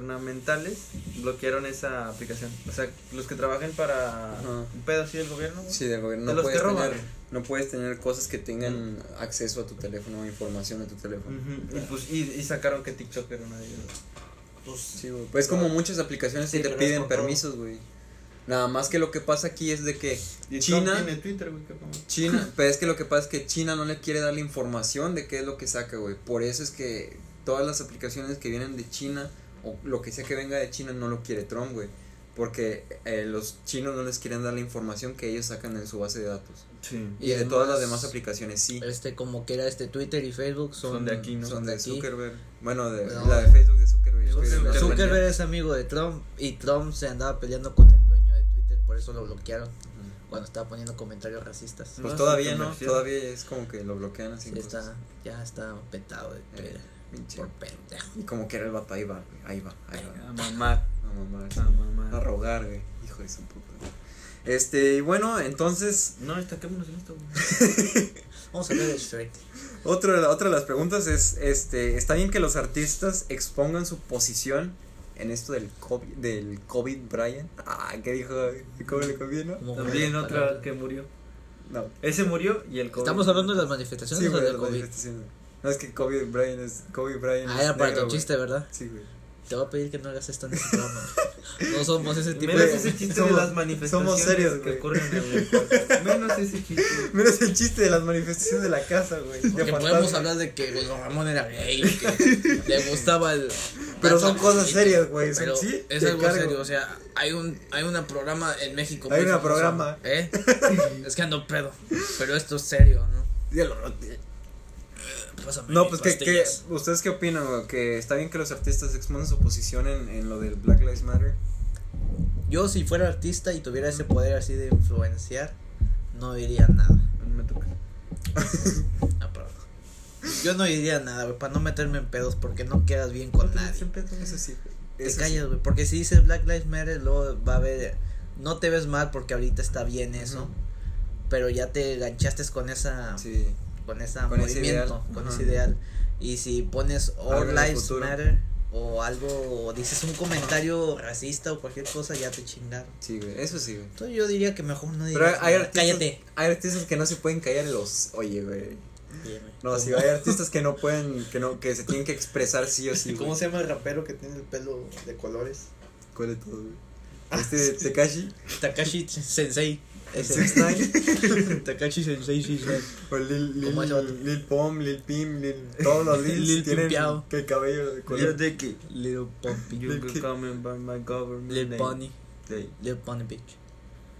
C: gubernamentales bloquearon esa aplicación. O sea, los que trabajen para un pedo así del gobierno. güey.
B: Sí, del gobierno.
C: De
B: No
C: los que
B: puedes,
C: roban. Mm.
B: tener, no puedes tener cosas que tengan acceso a tu teléfono o información a tu teléfono.
C: Ujú, Y, pues, y, y sacaron que TikTok era una de ellas. Pues,
B: Sí, güey. Pues es como muchas aplicaciones
C: Sí,
B: que te
C: pero es
B: piden
C: con todo.
B: permisos, güey. Nada más que lo que pasa aquí es de que
C: Y
B: China.
C: Trump tiene Twitter, güey, que como-
B: China, pero es que lo que pasa es que China no le quiere dar la información de qué es lo que saca, güey. Por eso es que todas las aplicaciones que vienen de China o lo que sea que venga de China no lo quiere Trump, güey. Porque eh, los chinos no les quieren dar la información que ellos sacan en su base de datos.
C: Sí.
B: Y, de todas las demás aplicaciones, sí.
A: Este, como que era este Twitter y Facebook son,
B: Son de aquí, ¿no?
A: son
B: Son de
A: aquí.
B: Zuckerberg. Bueno, de-
A: No.
B: la de Facebook de Zuckerberg.
A: Zuckerberg, es amigo de Trump y Trump se andaba peleando con el dueño de Twitter, por eso lo bloquearon cuando estaba poniendo comentarios racistas.
B: Pues todavía no, todavía es como que lo bloquean así.
A: Sí,
B: cosas.
A: está, ya está petado
B: eh,
A: de Twitter.
B: pinche.
A: por pendejo.
B: Y como que era el vato, ahí va, güey, ahí va, ahí va.
C: A mamar.
B: A mamar.
C: A mamar.
B: A rogar, güey. Hijo de su puta. Este, y bueno, entonces,
C: No, destaquémonos en esto, güey.
A: Vamos a ver de Shrek.
B: otra, otra de las preguntas es, este, ¿está bien que los artistas expongan su posición en esto del COVID, del COVID, Brian? Ah, ¿qué dijo? ¿Cómo le conviene? no?
C: También otra que murió.
B: No.
C: Ese murió y el COVID.
A: Estamos hablando de las
B: Sí,
A: manifestaciones
B: güey,
A: o del
B: las
A: COVID.
B: manifestaciones. No, es que Kobe Bryant es, Kobe Bryant
A: Ah,
B: es
A: era para
B: negro,
A: tu
B: güey.
A: chiste, ¿verdad?
B: Sí, güey.
A: Te voy a pedir que no hagas esto en este programa. No somos ese tipo
C: Menos
A: de.
C: ese chiste
B: Somos-
C: de las manifestaciones
B: somos serios,
C: que
B: güey.
C: ocurren en el podcast. Menos ese chiste.
B: Mira, es el chiste de las manifestaciones de la casa, güey. De
A: Que podemos
B: fantasma.
A: hablar de que Luis Ramón era gay, que le gustaba el.
B: Pero son
A: y-
B: cosas
A: y-
B: serias, güey, son-
A: Pero
B: sí,
A: es
B: te
A: algo
B: cargo.
A: serio, o sea, hay un hay una programa en México.
B: Hay
A: muy
B: una
A: famoso,
B: programa.
A: ¿Eh? es que ando pedo. Pero esto es serio, ¿no?
B: Dígalo, no,
A: Pásame
B: No,
A: mis
B: pues que, que-
A: pastillas.
B: ¿ustedes qué opinan? güey? ¿Que está bien que los artistas expongan su posición en, en lo del Black Lives Matter?
A: Yo, si fuera artista y tuviera ese poder así de influenciar, no diría nada.
C: No me toca.
A: Ah, perdón. Yo no diría nada, güey, para no meterme en pedos, porque no quedas bien con nadie.
B: Eso sí.
A: Te callas, güey. Porque si dices Black Lives Matter, luego va a haber. No te ves mal porque ahorita está bien eso. Pero ya te ganchaste con esa.
B: Sí.
A: Con esa
B: Con ese
A: movimiento.
B: ideal.
A: con
B: Ajá.
A: ese ideal. Y si pones
B: Algo
A: All
B: del
A: Lives
B: futuro.
A: Matter. O algo. O dices un comentario racista o cualquier cosa, ya te chingaron.
B: Sí, güey, eso sí, güey.
A: Entonces yo diría que mejor no digas.
B: Pero hay, hay
A: nada.
B: artistas,
A: Cállate.
B: hay artistas que no se pueden callar los... Oye, güey.
A: Óyeme.
B: No, sí, hay artistas que no pueden, que no, que se tienen que expresar sí o sí. güey.
P: ¿Cómo se llama el rapero que tiene el pelo de colores?
B: ¿Cuál es todo, güey?
A: Ah,
B: Este Tekashi,
A: Takashi Sensei.
B: el
A: Ese.
B: Six Nine,
A: Takashi Sensei, sí, sí.
B: o Lil,
A: Como ese vato.
B: Lil, Lil Pom, Lil Pim, Lil, todos los Lils
A: Lil
B: tienen
A: Pimpiao.
B: que el cabello de
C: Yo
B: color.
C: de que.
A: Little Pumpy.
C: You can come and buy my government.
A: Little
C: name.
A: Pony.
C: Ey,
A: Little Pony Bitch.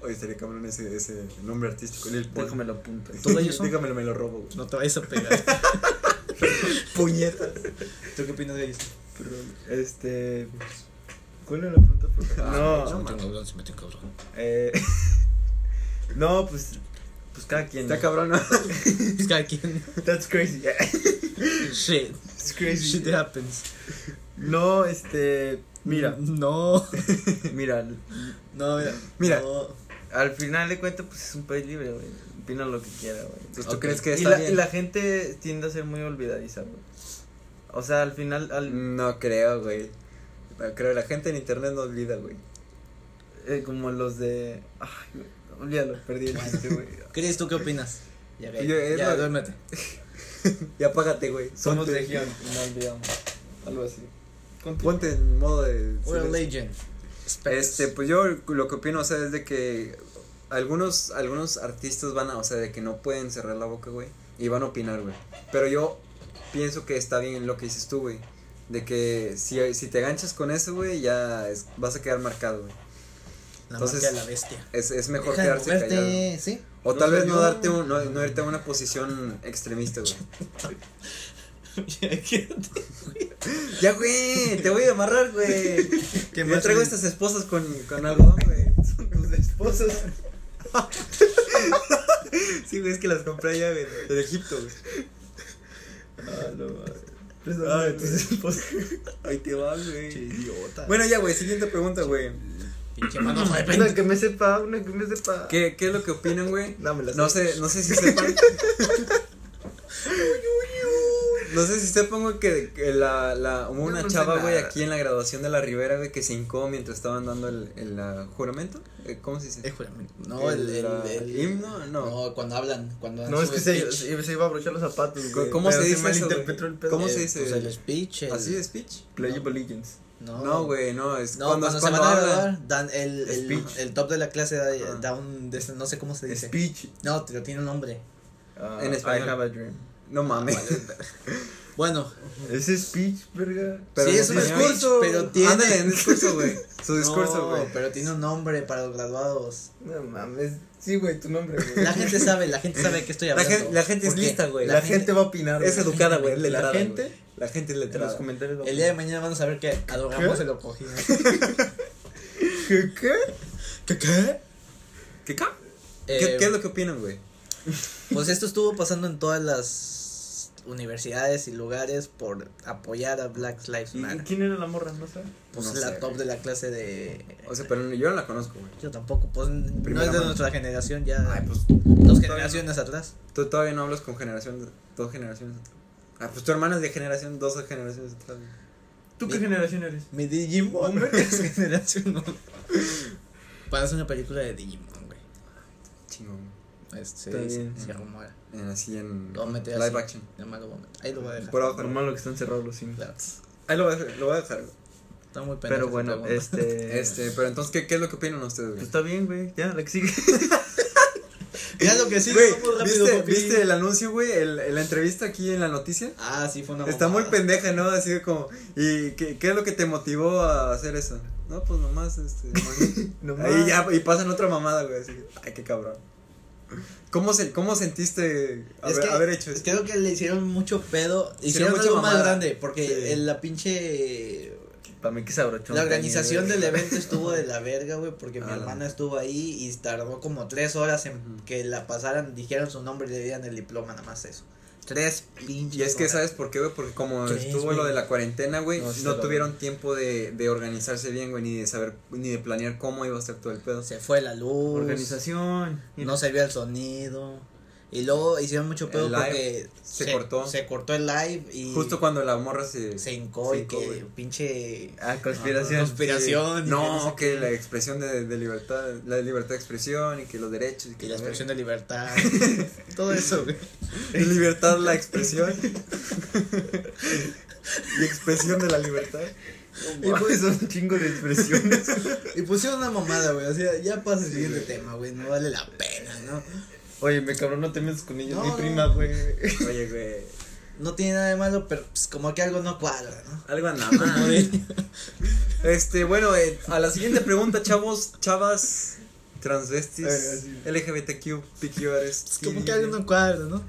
B: Oye, estaría cabrón ese, ese nombre artístico, Lil Pom.
C: Déjame la punta.
A: Todos ellos son-
B: Dígamelo, me lo robo, güey.
A: No te vayas a pegar.
B: Puñetas.
A: ¿Tú qué opinas de esto?
C: Este. ¿Cuál era la pregunta? por favor?
B: no,
C: no,
B: man.
A: cabrón, se mete cabrón.
C: eh, no, pues. Pues cada quien.
B: Está cabrón, ¿no?
A: Es cada quien.
C: That's crazy.
A: Shit.
C: It's crazy.
A: Shit happens.
C: No, este. Mira,
A: No.
C: mira.
A: No, mira.
B: Mira.
A: No.
C: Al final de cuentas, pues es un país libre, güey. Opina lo que quiera, güey.
B: Entonces, ¿tú
A: Ok.
B: crees que
C: Y
B: está
C: la,
B: bien?
C: y la gente tiende a ser muy olvidadiza, güey. O sea, al final, al,
B: No creo, güey. No creo, la gente en internet no olvida, güey.
C: eh, como los de. Ay, güey, olvídalo, perdí el chiste, güey.
A: Chris, ¿tú qué opinas? Ya,
B: Yo- es
A: ya
B: la-
A: duérmete.
B: Ya apágate, güey.
C: Somos
B: Ponte-
C: legión, y no olvidamos. Algo así.
B: Ponte en modo de...
A: We're legend.
B: Este, pues yo lo que opino, o sea, es de que algunos, algunos artistas van a, o sea, de que no pueden cerrar la boca, güey, y van a opinar, güey. Pero yo pienso que está bien lo que dices tú, güey. De que si, si te ganchas con eso, güey, ya es- vas a quedar marcado, güey.
A: La
B: entonces-
A: marca de la bestia.
B: Es, es mejor
A: Deja de
B: quedarse
A: moverte,
B: callado.
A: ¿sí?
B: O
C: No
B: tal
C: sé,
B: vez no
C: yo-
B: darte un- no, no irte a una posición extremista, güey. Ya, güey, te voy a amarrar, güey. Que me
A: más
B: traigo
A: hay?
B: estas esposas con, con algodón, güey.
C: Tus esposas.
B: Sí, güey, es que las compré allá, güey, en Egipto, güey.
C: Ah, no, güey. pues,
B: Ah, tus esposas. Ahí te vas, güey.
C: idiota.
B: Bueno, ya, güey, siguiente pregunta, güey.
A: Pinche mano de
C: Una que me sepa, una que me sepa.
B: ¿Qué, qué es lo que opinan, güey?
C: Dámelas.
B: No sé, no sé si sepan. No sé si sepan, güey, que, que la, la, hubo
C: Yo
B: una
C: no sé
B: chava, güey,
C: nada.
B: aquí en la graduación de la Rivera, güey, que se hincó mientras estaban dando el, el ah, juramento. Eh, ¿Cómo se dice?
A: El juramento. No, el, el,
B: ah,
A: el-
B: himno, no.
A: No, cuando hablan, cuando dan
C: No, es
A: su
C: que se,
A: speech.
C: se- se iba a abrochar los zapatos, güey.
B: ¿Cómo
C: Pero
B: se dice eso,
C: malinterpretó
B: güey?
C: el pedo.
B: ¿Cómo
A: Eh,
B: se dice?
A: pues el speech. el-
B: ¿Así de speech?
C: Playable Legends.
A: No,
B: No, güey, no, es
A: No,
B: cuando,
A: cuando,
B: cuando
A: se van a
B: hablan.
A: graduar, dan el, el,
B: Speech.
A: el top de la clase da,
B: Ajá.
A: da un, de- no sé cómo se dice.
C: Speech.
A: No, pero tiene un nombre.
C: Ah,
B: En español.
C: I have a dream.
B: No mames.
A: Bueno,
C: Ese speech, verga.
B: Pero
A: sí
B: en
A: es un
B: español.
A: discurso, pero tiene
B: Ándale, un discurso, güey. Su discurso,
A: No,
B: güey.
A: pero tiene un nombre para los graduados.
C: No mames. Sí, güey, tu nombre, güey.
A: La gente sabe, la gente sabe que estoy hablando.
B: gente- la gente es
A: ¿Por qué?
B: lista, güey.
A: La,
C: La
A: gente,
C: gente va a opinar.
B: Es
C: güey.
B: educada, güey, es letrada.
C: La gente
B: güey. La gente es
C: en los
B: letrada.
C: comentarios. va a
A: el día de mañana van a saber que adoramos se lo cogía.
C: opinar. ¿Qué? ¿Qué? Eh,
A: ¿Qué qué?
B: ¿Qué, ca- ¿Qué, ¿Qué es lo que opinan, güey?
A: Eh, Pues esto estuvo pasando en todas las universidades y lugares por apoyar a Black Lives
C: ¿Y- y
A: Matter.
C: ¿Quién era la morra? No sé.
A: Pues
B: No
A: la
B: sé,
A: top
B: güey.
A: de la clase de
B: O sea, pero yo no la conozco, güey.
A: yo tampoco, pues no
B: Primera
A: es de
B: mano.
A: nuestra generación ya.
B: Ay, pues
A: dos
B: todavía
A: generaciones atrás.
B: tú todavía no hablas con generación, dos generaciones. Ah, pues tu hermana es de generación, dos generaciones atrás. güey.
C: ¿Tú qué
A: Mi-
C: generación eres?
A: Mi Digimon es generación uno. Para hacer una película de Digimon, güey.
B: Chingón.
A: Es- se
B: Está
A: dice,
B: bien.
A: se rumora.
B: güey. En- así en
A: Lo voy a meter
B: live
A: así.
B: action.
A: Nada más lo voy a meter. Ahí lo voy a dejar.
B: Por abajo.
C: Lo malo que están cerrados los cines.
A: Claro.
B: Ahí lo voy a dejar, lo voy a dejar. güey.
A: Está muy pendejo
C: Pero
A: esa
C: bueno,
A: pregunta. Eh,
C: este.
A: pues.
B: Este, pero entonces, ¿qué, ¿qué es lo que opinan ustedes,
C: Pues
B: güey?
C: está bien, güey. Ya, la que sigue.
A: Ya lo que sigue,
B: Güey,
A: vamos rápido,
B: ¿viste,
A: papi.
B: ¿viste el anuncio, güey? El, la entrevista aquí en la noticia.
A: Ah, sí, fue una
B: Está muy
A: mamada.
B: pendeja, ¿no? Así de como, ¿y qué, qué es lo que te motivó a hacer eso? No, pues nomás, este.
C: Nomás.
B: Ahí ya, y pasan otra mamada, güey. Así, ay, qué cabrón. ¿Cómo, se, cómo sentiste
A: Es
B: haber,
A: que
B: haber hecho eso?
A: Creo que le hicieron mucho pedo. Hicieron
B: Hicieron mucha
A: algo más
B: mamada.
A: grande. Porque
B: Sí.
A: en la pinche.
C: Para mí que se abrochó.
A: La
C: un
A: organización
C: caño,
A: del
C: güey.
A: evento estuvo de la verga, güey. Porque mi
B: Ah, la
A: hermana
B: neta.
A: estuvo ahí y tardó como tres horas en
B: Ujú.
A: que la pasaran, dijeron su nombre y le dieran el diploma, nada más eso. Tres pinches.
B: Y es que,
A: horas.
B: ¿sabes por qué, güey? Porque como
A: ¿Crees,
B: estuvo
A: güey?
B: lo de la cuarentena, güey,
C: No,
B: no,
C: sí está
B: tuvieron tiempo de, de organizarse bien, güey, ni de saber, ni de planear cómo iba a estar todo el pedo.
A: Se fue la luz.
C: Organización.
A: No servía el sonido. Y luego hicieron mucho pedo
B: El live
A: porque.
B: se cortó.
A: Se cortó el live y.
B: Justo cuando la morra se...
A: se hincó
B: se
A: y
B: hincó,
A: que
B: güey.
A: pinche.
C: Ah, conspiración.
A: Conspiración. y que
B: No,
A: sé
B: que
A: qué.
B: la expresión de, de libertad, la libertad de expresión y que los derechos.
A: Y
B: que
A: la
B: verga.
A: expresión de libertad. todo eso, güey.
B: Y libertad la expresión. y expresión de la libertad.
C: Y pues son un chingo de expresiones.
A: Y pusieron una mamada, güey. O sea, ya pasa el siguiente tema, güey. No vale la pena, ¿no?
C: Oye, me cabrón, no te metas con ellos.
A: No,
C: Mi
A: no.
C: prima, güey.
B: Oye, güey.
A: No tiene nada de malo, pero pues, como que algo no cuadra, ¿no?
B: Algo anda mal. Este, bueno, eh, a la siguiente pregunta, chavos, chavas, transvestis,
C: Ay,
B: LGBTQ, PQRs.
A: Es como que algo no cuadra, ¿no?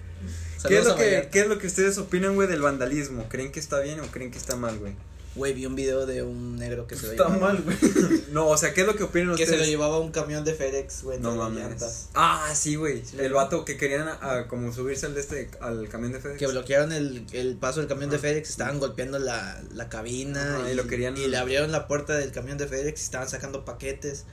B: ¿Qué es,
A: Saludos a
B: lo que,
A: Vallarta.
B: ¿Qué es lo que ustedes opinan, güey, del vandalismo? ¿Creen que está bien o creen que está mal, güey?
A: Güey, vi un video de un negro que se lo
C: Está
A: llevaba.
C: mal, güey.
B: No, o sea, ¿qué es lo que opinan
A: Que
B: ustedes?
A: se lo llevaba un camión de FedEx, güey.
B: No
A: entre las
B: mames.
A: llantas.
B: Ah, sí, güey. El vato que querían a- a como subirse al de este al camión de FedEx.
A: Que bloquearon el, el paso del camión de FedEx, estaban golpeando la, la cabina
B: Ajá, Ah. y lo querían-
A: y le abrieron la puerta del camión de FedEx y estaban sacando paquetes.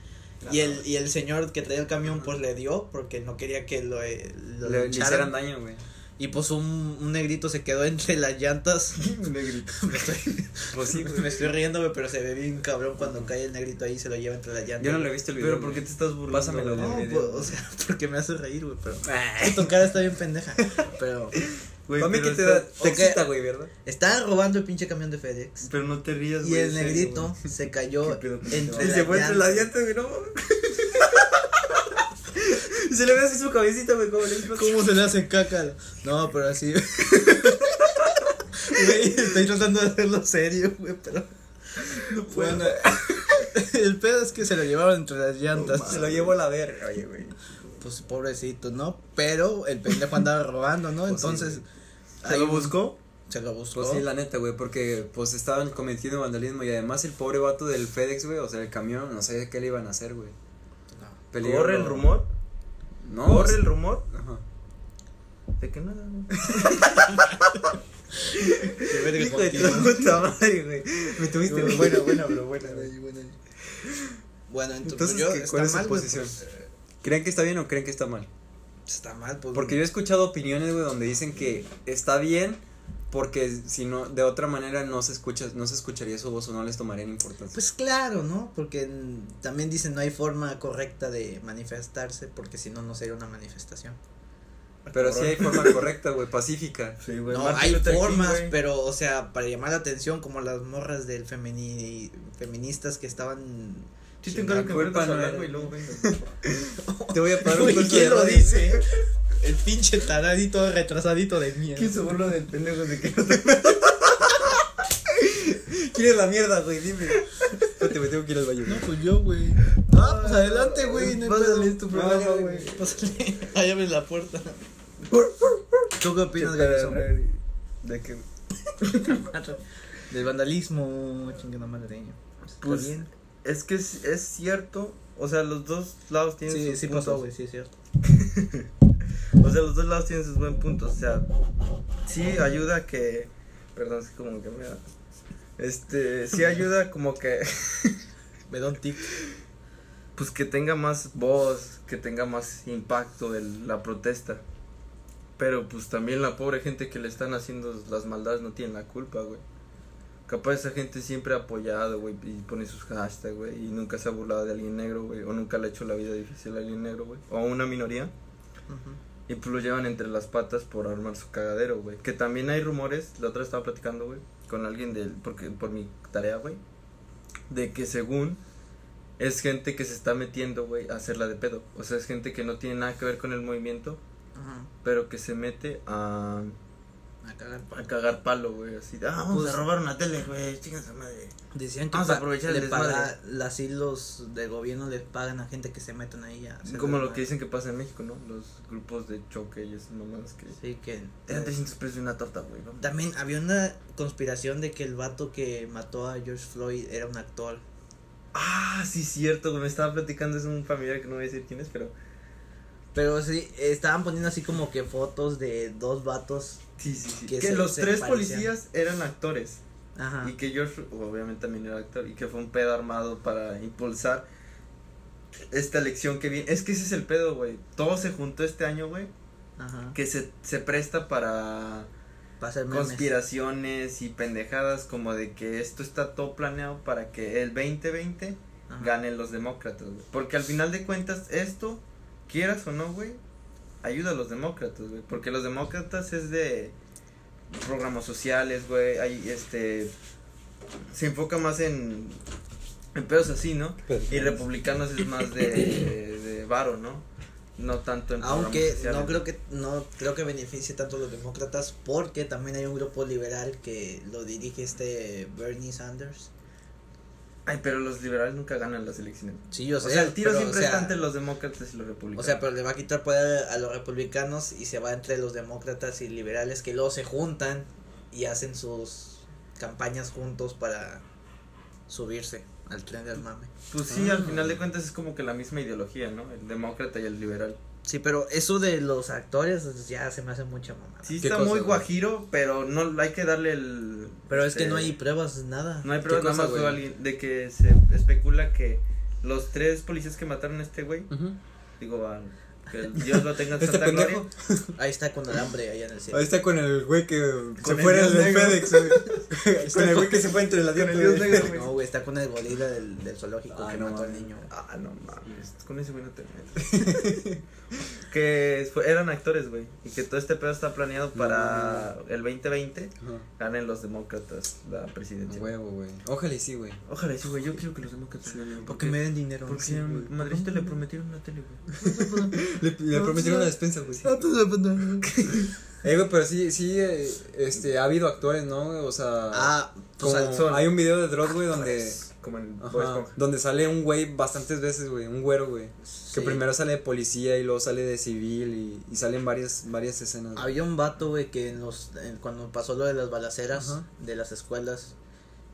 A: Y el, y el señor que traía el camión pues le dio porque no quería que lo, eh, lo
B: le, le
A: lincharan.
B: hicieran daño, güey.
A: Y pues un, un negrito se quedó entre las llantas.
C: Un negrito.
A: me, estoy,
B: Pues sí,
A: me
B: güey.
A: estoy riendo, güey, pero se ve bien cabrón cuando cae el negrito ahí y se lo lleva entre las llantas.
B: Yo no le he visto el video.
C: Pero ¿por qué te estás burlando?
B: Pásamelo,
A: No, pues,
B: güey. video.
A: o sea, porque me hace reír, güey, pero
B: Ah,
A: tu cara está bien pendeja. Pero
C: Güey,
B: a mí
C: pero
B: que te,
C: está-
B: da- te
A: Ok.
B: excita, güey, ¿verdad?
A: estaban robando el pinche camión de FedEx.
C: Pero no te rías,
A: Y
C: güey.
A: el
C: en serio,
A: negrito
C: güey.
A: se cayó
C: Qué pedo.
A: entre
B: Y
A: las
B: se fue entre
A: llantas.
B: las llantas, güey, no mames. Y se le ve así su cabecita, güey, como le
A: ¿Cómo se le hace caca? No, pero así. Güey, estoy tratando de hacerlo serio, güey, pero. No puedo. el pedo es que se lo llevaron entre las llantas.
B: Se lo llevo a la verga, oye, güey.
A: Pues pobrecito, ¿no? Pero el pendejo andaba robando, ¿no?
B: Pues sí,
A: Entonces.
C: ¿Se
A: ahí
C: lo
A: un-
C: buscó?
A: Se lo buscó.
B: Pues sí, la neta, güey, porque pues estaban cometiendo vandalismo y además el pobre vato del FedEx, güey, o sea, el camión, no sabía qué le iban a hacer, güey.
A: No.
B: Peligro.
C: ¿Corre el rumor?
B: No.
C: ¿Corre el rumor?
B: Ajá.
C: De que nada, güey.
A: Qué verga
B: Hijo de
A: contigo.
B: tu puta madre, güey. Me tuviste
A: Bueno,
B: bueno.
A: bueno, pero bueno. güey.
E: Bueno, ento-
B: entonces,
E: yo-
B: ¿qué-
E: está
B: ¿cuál es
E: mal,
B: su
E: güey,
B: posición?
E: pues, eh,
B: ¿Creen que está bien o creen que está mal?
E: Está mal, pues.
B: Porque yo he escuchado opiniones, güey, donde dicen que está bien porque si no, de otra manera no se escucha, no se escucharía su voz o no les tomarían importancia.
E: Pues claro, ¿no? Porque mm, también dicen no hay forma correcta de manifestarse porque si no, no sería una manifestación.
B: Pero sí
E: cabrón.
B: hay forma correcta, güey, pacífica.
Q: Sí,
E: No, hay formas, pero, o sea, para llamar la atención, como las morras del femini- feministas que estaban.
Q: Sí, tengo algo que
E: chingando.
Q: vuelvas a hablar, güey, luego, güey.
B: Te voy a pagar un
E: Güey,
B: curso de
E: ¿Quién lo
B: radio.
E: dice? El pinche taradito retrasadito de mierda.
Q: ¿Quién se burla del pendejo de que
B: ¿Quién es la mierda, güey? Dime. Espérate, me tengo que ir al baño.
E: No, pues yo, güey. Ah, pues adelante, güey. No
Q: Pásale
E: salir
Q: tu programa, güey.
E: Pásale. Ahí abre la puerta. ¿Tú qué opinas,
Q: Para-
E: Gabriel?
Q: De que.
E: Del vandalismo, chingada madre. ¿Está
C: Pues,
E: bien?
C: Es que es, es cierto. O sea, los dos lados tienen
E: Sí,
C: sus
E: sí
C: puntos.
E: pasó, güey, sí es cierto.
C: O sea, los dos lados tienen sus buen puntos. O sea, sí ayuda que. Perdón, es que como que me da. Este, sí ayuda como que.
E: Me da un tic.
C: Pues que tenga más voz, que tenga más impacto el- la protesta. Pero pues también la pobre gente que le están haciendo las maldades no tiene la culpa, güey. Capaz esa gente siempre ha apoyado, güey, y pone sus hashtags, güey, y nunca se ha burlado de alguien negro, güey, o nunca le ha hecho la vida difícil a alguien negro, güey, o a una minoría. Y pues lo llevan entre las patas por armar su cagadero, güey. Que también hay rumores, la otra vez estaba platicando, güey, con alguien del, porque, por mi tarea, güey, de que según es gente que se está metiendo, güey, a hacerla de pedo. O sea, es gente que no tiene nada que ver con el movimiento,
E: Ajá.
C: pero que se mete a,
E: A cagar.
C: a cagar palo, güey, así. de, Ah, vamos
E: Pues-
C: a robar una tele, güey, chingas a madre.
E: Decían que
C: Vamos a
E: pa-
C: aprovechar el
E: le
C: desmadre.
E: paga- las hilos del gobierno les pagan a gente que se meten ahí a hacer
C: Como lo
E: desmadre.
C: que dicen que pasa en México, ¿no? Los grupos de choque y esas mamadas que...
E: Sí, que eh,
C: Te dan 300 pesos y una torta, güey. vamos.
E: También había una conspiración de que el vato que mató a George Floyd era un actor.
C: Ah, sí, cierto, güey. Me estaba platicando, es un familiar que no voy a decir quién es, pero.
E: Pero sí, estaban poniendo así como que fotos de dos vatos.
C: Sí, sí, sí.
E: Que
C: Que,
E: se-
C: los
E: se
C: tres
E: parecían. Ah.
C: policías eran actores.
E: Ajá.
C: Y que George, obviamente también era actor, y que fue un pedo armado para impulsar esta elección que viene. Es que ese es el pedo, güey. Todo se juntó este año, güey.
E: Ajá.
C: Que se, se presta para
E: Para hacer Ah. memes.
C: conspiraciones y pendejadas como de que esto está todo planeado para que el 2020
E: Ajá.
C: ganen los demócratas, güey. Porque al final de cuentas esto, quieras o no, güey, ayuda a los demócratas, güey. Porque los demócratas es de programas sociales, güey. Hay este... Se enfoca más en... En pedos así, ¿no? Y republicanos es más de, de varo, ¿no? No tanto en programas
E: Aunque
C: sociales.
E: no creo que no creo que beneficie tanto a los demócratas porque también hay un grupo liberal que lo dirige este Bernie Sanders.
C: Ay, pero los liberales nunca ganan las elecciones.
E: Sí, yo
C: O
E: sé,
C: sea, el tiro
E: pero,
C: siempre
E: o sea,
C: está entre los demócratas y los
E: O
C: republicanos.
E: sea, pero le va a quitar poder a los republicanos y se va entre los demócratas y liberales que luego se juntan y hacen sus campañas juntos para subirse al tren del mame.
C: pues sí, al final
E: Ah.
C: de cuentas es como que la misma ideología, ¿no? El demócrata y el liberal.
E: Sí, pero eso de los actores pues, ya se me hace mucha mamada.
C: Sí
A: ¿Qué
C: está
A: cosa,
C: muy
A: güey?
C: guajiro, pero no hay que darle el...
E: Pero es que
C: este,
E: no hay pruebas, nada.
C: No hay pruebas
A: ¿Qué
C: nada
A: cosa,
C: más
A: güey?
C: de alguien- de que se especula que los tres policías que mataron a este güey, digo, a- que el Dios lo tenga en
B: Este
C: santa gloria.
B: pendejo.
E: Ahí está con el hambre allá en el cielo.
B: Ahí está con el güey que se
E: el
B: fue
E: Dios
B: en el
E: negro.
B: FedEx, güey. con el güey que se fue entre la dieta. güey.
E: No, güey, está con el gorila del, del zoológico
B: Ay,
E: que
B: no
E: mató al
B: mames.
E: niño.
C: Ah, no mames, con ese güey no te metas. que fue- eran actores, güey, y que todo este pedo está planeado para el 2020
B: Ajá.
C: ganen los demócratas la
E: Ah,
C: presidencia.
B: Huevo, güey. Ojalá y sí, güey.
C: Ojalá y sí, güey, yo quiero que los demócratas ganen.
E: Porque me den dinero.
C: Porque
E: sí,
C: a
E: güey.
C: Madrid le prometieron una tele, güey.
B: Le, le prometieron una despensa, güey.
E: Ah,
B: Eh, güey, pero sí, sí, eh, este, ha habido actores, ¿no? güey? O sea,
E: Ah,
B: como-
E: pues, al-
B: hay un video de Dross, güey, donde,
C: Pues, Como en
B: ajá,
C: Bob Esponja.
B: donde sale un güey bastantes veces, güey, un güero, güey.
E: sí.
B: Que primero sale de policía y luego sale de civil y, y salen varias, varias escenas. güey.
E: Había un vato, güey, que en los, en- cuando pasó lo de las balaceras
B: Ajá.
E: de las escuelas,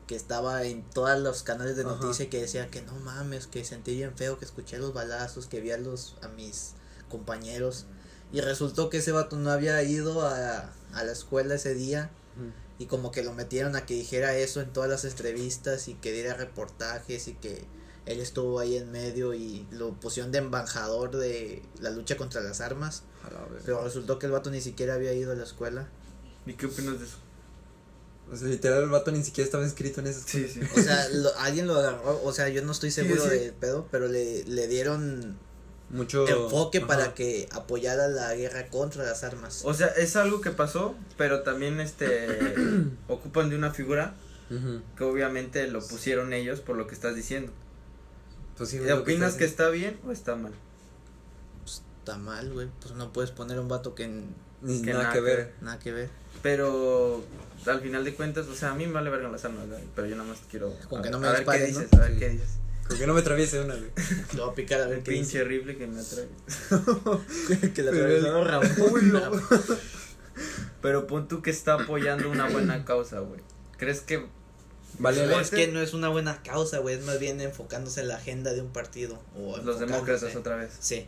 E: que estaba en todos los canales de
B: Ajá.
E: noticia y que decía que no mames, que sentí bien feo, que escuché los balazos, que vi a, los, a mis compañeros. Y resultó que ese vato no había ido a, a la escuela ese día
B: Ujú.
E: y como que lo metieron a que dijera eso en todas las entrevistas y que diera reportajes y que él estuvo ahí en medio y lo pusieron de embajador de la lucha contra las armas. Pero resultó que el vato ni siquiera había ido a la escuela.
Q: ¿Y qué opinas de eso?
B: O sea, literal, el vato ni siquiera estaba inscrito en esas
Q: Sí, sí.
E: O sea, lo- alguien lo agarró, o sea, yo no estoy
B: Sí,
E: seguro
B: sí.
E: del pedo, pero le, le dieron
B: Mucho
E: enfoque
B: ajá.
E: para que apoyara la guerra contra las armas.
C: O sea, es algo que pasó, pero también este ocupan de una figura
B: Ujú.
C: que obviamente lo pusieron ellos por lo que estás diciendo.
B: Pues sí,
C: ¿Y
B: güey, lo que
C: opinas
B: estás
C: que está bien o está mal?
E: Está mal, güey, pues no puedes poner a un vato que n-
B: Ni nada que ver.
E: Nada que ver.
C: Pero al final de cuentas, o sea, a mí me vale verga las armas, güey, pero yo nada más quiero
E: Con
C: a,
E: que no me
C: a ver qué
E: disparen, ¿no?
C: dices, a ver qué dices.
B: Con que no me atraviese una, güey.
E: Lo voy a picar a ver
C: Un
E: qué
C: pinche rifle que me atrae.
E: dice. que la
B: Pero
E: atravesó
B: el-
E: Ramón.
C: Pero pon tú que está apoyando una buena causa, güey. ¿Crees que
B: Vale,
E: No,
B: la-
E: es que no es una buena causa, güey, es más bien enfocándose en la agenda de un partido. O
C: los
E: enfocándose-
C: demócratas otra vez?
E: Sí.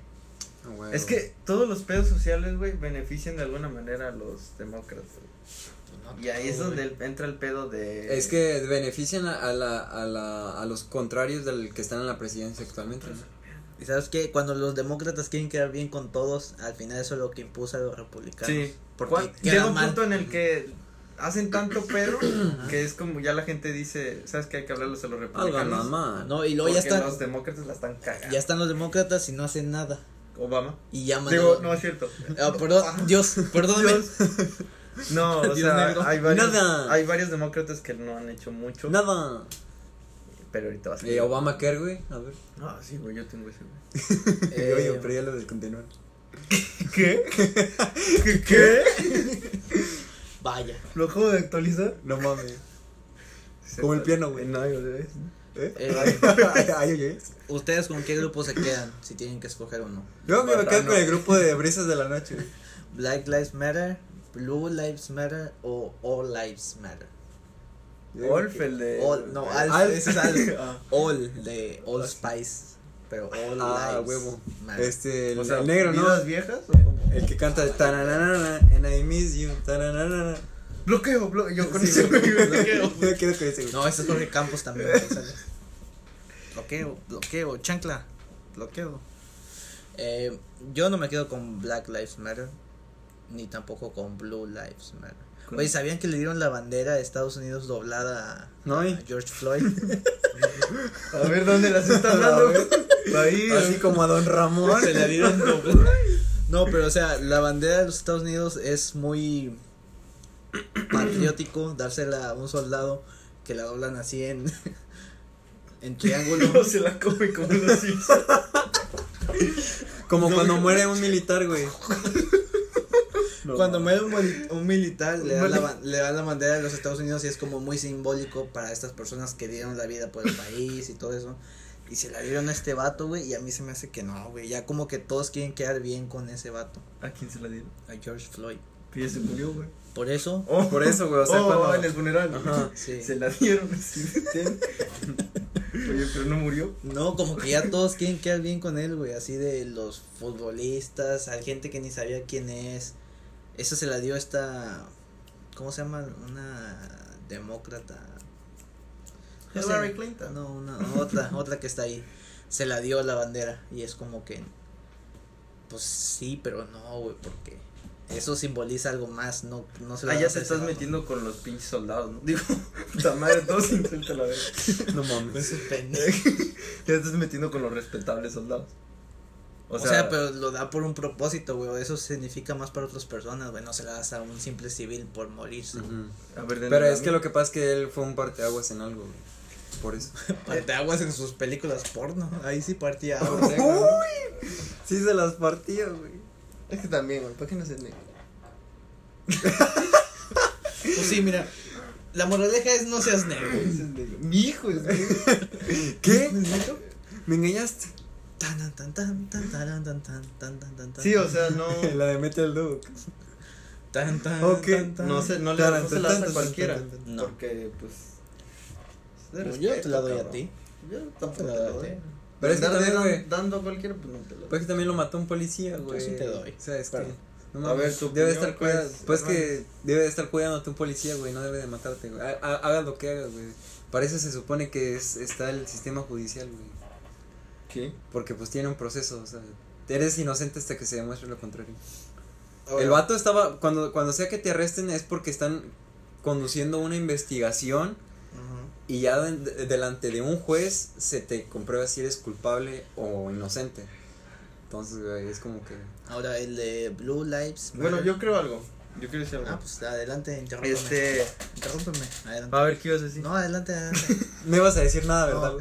B: Ah, güey,
C: Es
B: güey.
C: que todos los pedos sociales, güey, benefician de alguna manera a los demócratas. güey.
E: Pues No,
C: Y ahí es
E: güey.
C: donde el- entra el pedo de...
B: Es que benefician a, a la, a, la, a los contrarios del que están en la presidencia actualmente. ¿no?
E: Y sabes que cuando los demócratas quieren quedar bien con todos, al final eso es lo que impulsa a los republicanos.
C: Sí.
E: Porque
C: ¿Cuál- Llega
E: quedan
C: un
E: mal.
C: punto en el que hacen tanto perro que es como ya la gente dice, ¿sabes que Hay que hablarlos a los
B: Alga
C: republicanos.
B: mamá.
E: No, y luego
C: Porque
E: ya están,
C: los demócratas la están cagando.
E: ya están los demócratas y no hacen nada.
C: Obama.
E: Y llaman. a
C: Digo,
E: los-
C: no es cierto.
E: Ah, perdón, Dios, perdóname.
C: No, o
B: Dios
C: sea,
B: negro.
C: hay varios,
B: Nada.
C: hay varios demócratas que no han hecho mucho,
B: Nada.
C: pero ahorita va a
B: Eh,
C: salir.
B: Obamacare, güey. A ver.
C: Ah, sí, güey, yo tengo ese, güey.
E: Eh,
B: Oye, pero ya lo descontinuaron.
C: ¿Qué? ¿Qué?
E: Vaya.
C: ¿Lo acabo de actualizar?
B: No mames. Como el piano, güey. No, ¿eh?
E: Eh,
B: Ay, oye.
E: ¿Ustedes con qué grupo se quedan? Si tienen que escoger uno.
B: Yo me voy a quedar
C: Botano.
B: con el grupo de brisas de la noche. güey.
E: Black Lives Matter, Blue Lives Matter o All Lives Matter.
B: Yo
C: Olf,
B: digo
C: el de.
E: All, no,
C: ah,
E: Al-
B: Al-
E: Eh, ah, ese es Al- Ah. All de All Spice. Pero All
B: que- Ah,
E: Lives
B: huevo.
E: Matter.
B: Este, el,
C: O sea,
B: el negro, ¿no?
C: ¿Vidas viejas? o cómo?
B: El que canta taranana, and I miss you, taranana.
C: Bloqueo, bloqueo. Yo con
B: Sí,
C: eso,
B: güey.
C: güey, bloqueo.
B: Yo quiero que ese, güey.
E: No, ese es Jorge Campos también. ¿sabes? bloqueo, bloqueo, chancla, bloqueo. Eh, yo no me quedo con Black Lives Matter, ni tampoco con Blue Lives Matter.
C: Con-
E: Oye, ¿sabían que le dieron la bandera de Estados Unidos doblada a,
B: No,
E: a
B: ¿y?
E: George Floyd?
C: A ver dónde las están
B: A
C: dando.
B: ver.
C: Ahí,
B: Así como a Don Ramón.
E: Se la dieron doblada. No, pero o sea, la bandera de los Estados Unidos es muy patriótico dársela a un soldado que la doblan así en, en triángulo.
C: No se la come como los Simpsons.
B: Como cuando muere un militar, güey.
E: Cuando muere un, mili- un militar, le da, la, ban- le da la bandera de los Estados Unidos y es como muy simbólico para estas personas que dieron la vida por el país y todo eso. Y se la dieron a este vato, güey, y a mí se me hace que no, güey. Ya como que todos quieren quedar bien con ese vato,
C: ¿A quién se la dieron?
E: a George Floyd.
C: Pues ya se murió, güey.
E: Por eso,
C: Oh,
B: Por eso, güey, o sea,
C: oh,
B: cuando-
C: en el funeral.
B: Ajá.
E: sí.
C: Se la dieron así. ten. Oye, pero no murió.
E: No, como que ya todos quieren quedar bien con él, güey. Así de los futbolistas, hay gente que ni sabía quién es. Eso se la dio esta. ¿Cómo se llama? Una demócrata. No sé.
C: Hillary Clinton.
E: No, una, otra, otra que está ahí. Se la dio la bandera. Y es como que. Pues sí, pero no, güey, porque. Eso simboliza algo más, no, no se la
C: Ah, ya
E: das
C: te
E: a ese
C: estás
E: vato.
C: metiendo con los pinches soldados, ¿no? Digo, puta madre, todos intentan la verga.
B: No mames.
E: Pendejo.
C: Ya estás metiendo con los respetables soldados.
E: O sea, pero lo da por un propósito, güey. Eso significa más para otras personas, güey. No se la das a un simple civil por morirse.
B: Ujú.
C: a ver, denle
B: Pero
C: a
B: es
C: mí.
B: que lo que pasa es que él fue un parteaguas en algo, güey. Por eso.
E: Parteaguas en sus películas porno. Ahí sí partía. aguas.
B: Uy, sí se las partía, güey.
Q: Es que también, güey, ¿para qué no se negro?
E: pues sí, mira. La moraleja es no seas negro.
Q: Ese es negro. Mi hijo es negro.
B: ¿Qué? ¿Me engañaste?
E: Tan, tan, tan, tan, tan, tan, tan, tan, tan, tan, tan.
Q: Sí, o sea, no.
B: La de Mete al Duke.
E: Tan, tan,
B: Ok,
E: tan, tan.
C: No se, no le
B: Claro,
C: no se la das a
B: entonces-
C: cualquiera.
E: No.
C: Porque, pues. es de
E: Pues yo te la
C: respeto,
E: doy a
C: cabrón.
E: ti.
C: Yo
E: Te
C: tampoco
E: la
C: te la
E: doy.
C: doy.
B: Pero es que
C: Andar de
B: también,
C: dan-
B: güey.
C: dando a cualquiera, pues no te la
B: Pues
C: doy.
B: que también lo mató un policía, güey.
E: Yo sí te doy.
B: O sea, es
E: Claro.
B: que. No
C: A
B: mames,
C: ver, tu
B: debe de
C: opinión,
B: estar cuidado.
C: pues,
B: Pues
C: hermano.
B: que debe de estar cuidándote un policía, güey. No debe de matarte, güey. Ha- ha- Hagas lo que hagas, güey. Para eso se supone que es, está el sistema judicial, güey.
Q: ¿Qué?
B: Porque pues tiene un proceso, o sea, eres inocente hasta que se demuestre lo contrario. El vato estaba, cuando, cuando sea que te arresten es porque están conduciendo una investigación y ya de- delante de un juez se te comprueba si eres culpable o inocente. Entonces, güey, es como que...
E: Ahora el de Blue Lives.
Q: Bueno, yo creo algo. Yo quiero decir algo.
E: Ah, pues adelante, interrúmpeme.
Q: Este-
E: Interrúmpeme, adelante.
Q: A ver, ¿qué ibas
C: Ah.
Q: a decir?
E: No, adelante, adelante.
B: No ibas a decir nada, ¿verdad?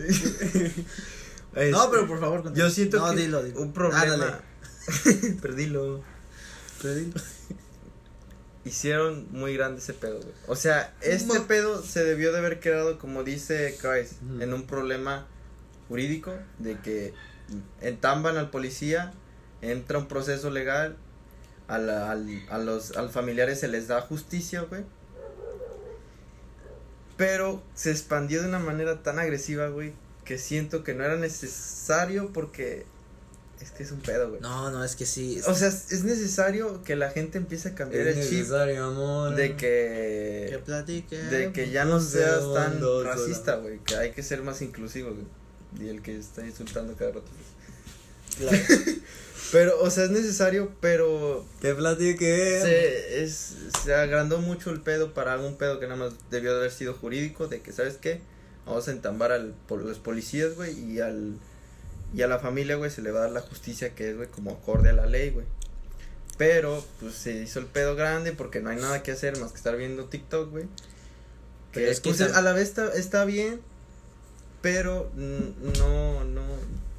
C: Es-
E: No, pero por favor, continúa.
C: Este, Yo siento
E: No,
C: que
E: dilo, dilo. Ah,
C: un problema. Perdilo. Hicieron muy grande ese pedo, güey. O sea, este pedo se debió de haber creado, como dice Christ, en un problema jurídico de que entamban al policía, entra un proceso legal, a, la- al- a los al familiares se les da justicia, güey. Pero se expandió de una manera tan agresiva, güey, que siento que no era necesario porque es que es un pedo, güey.
E: No, no, es que sí.
C: O sea, es es necesario que la gente empiece a cambiar
B: Es
C: el chip
B: necesario, amor.
C: de que
E: que platique.
C: de que ya no
B: sé
C: seas tan
B: dónde,
C: racista, güey, que hay que ser más inclusivo, güey. Y el que está insultando cada rato.
E: Claro.
C: pero o sea, es necesario, pero
B: Que platique.
C: se, es, se agrandó mucho el pedo para un pedo que nada más debió de haber sido jurídico, de que, ¿sabes qué? Vamos a entambar a los policías, güey, y al y a la familia, güey, se le va a dar la justicia que es, güey, como acorde a la ley, güey. Pero, pues, se hizo el pedo grande porque no hay nada que hacer más que estar viendo TikTok, güey.
E: Pero
C: Que,
E: es que
C: pues,
E: tam-
C: a la vez está, está bien, pero mm, no, no,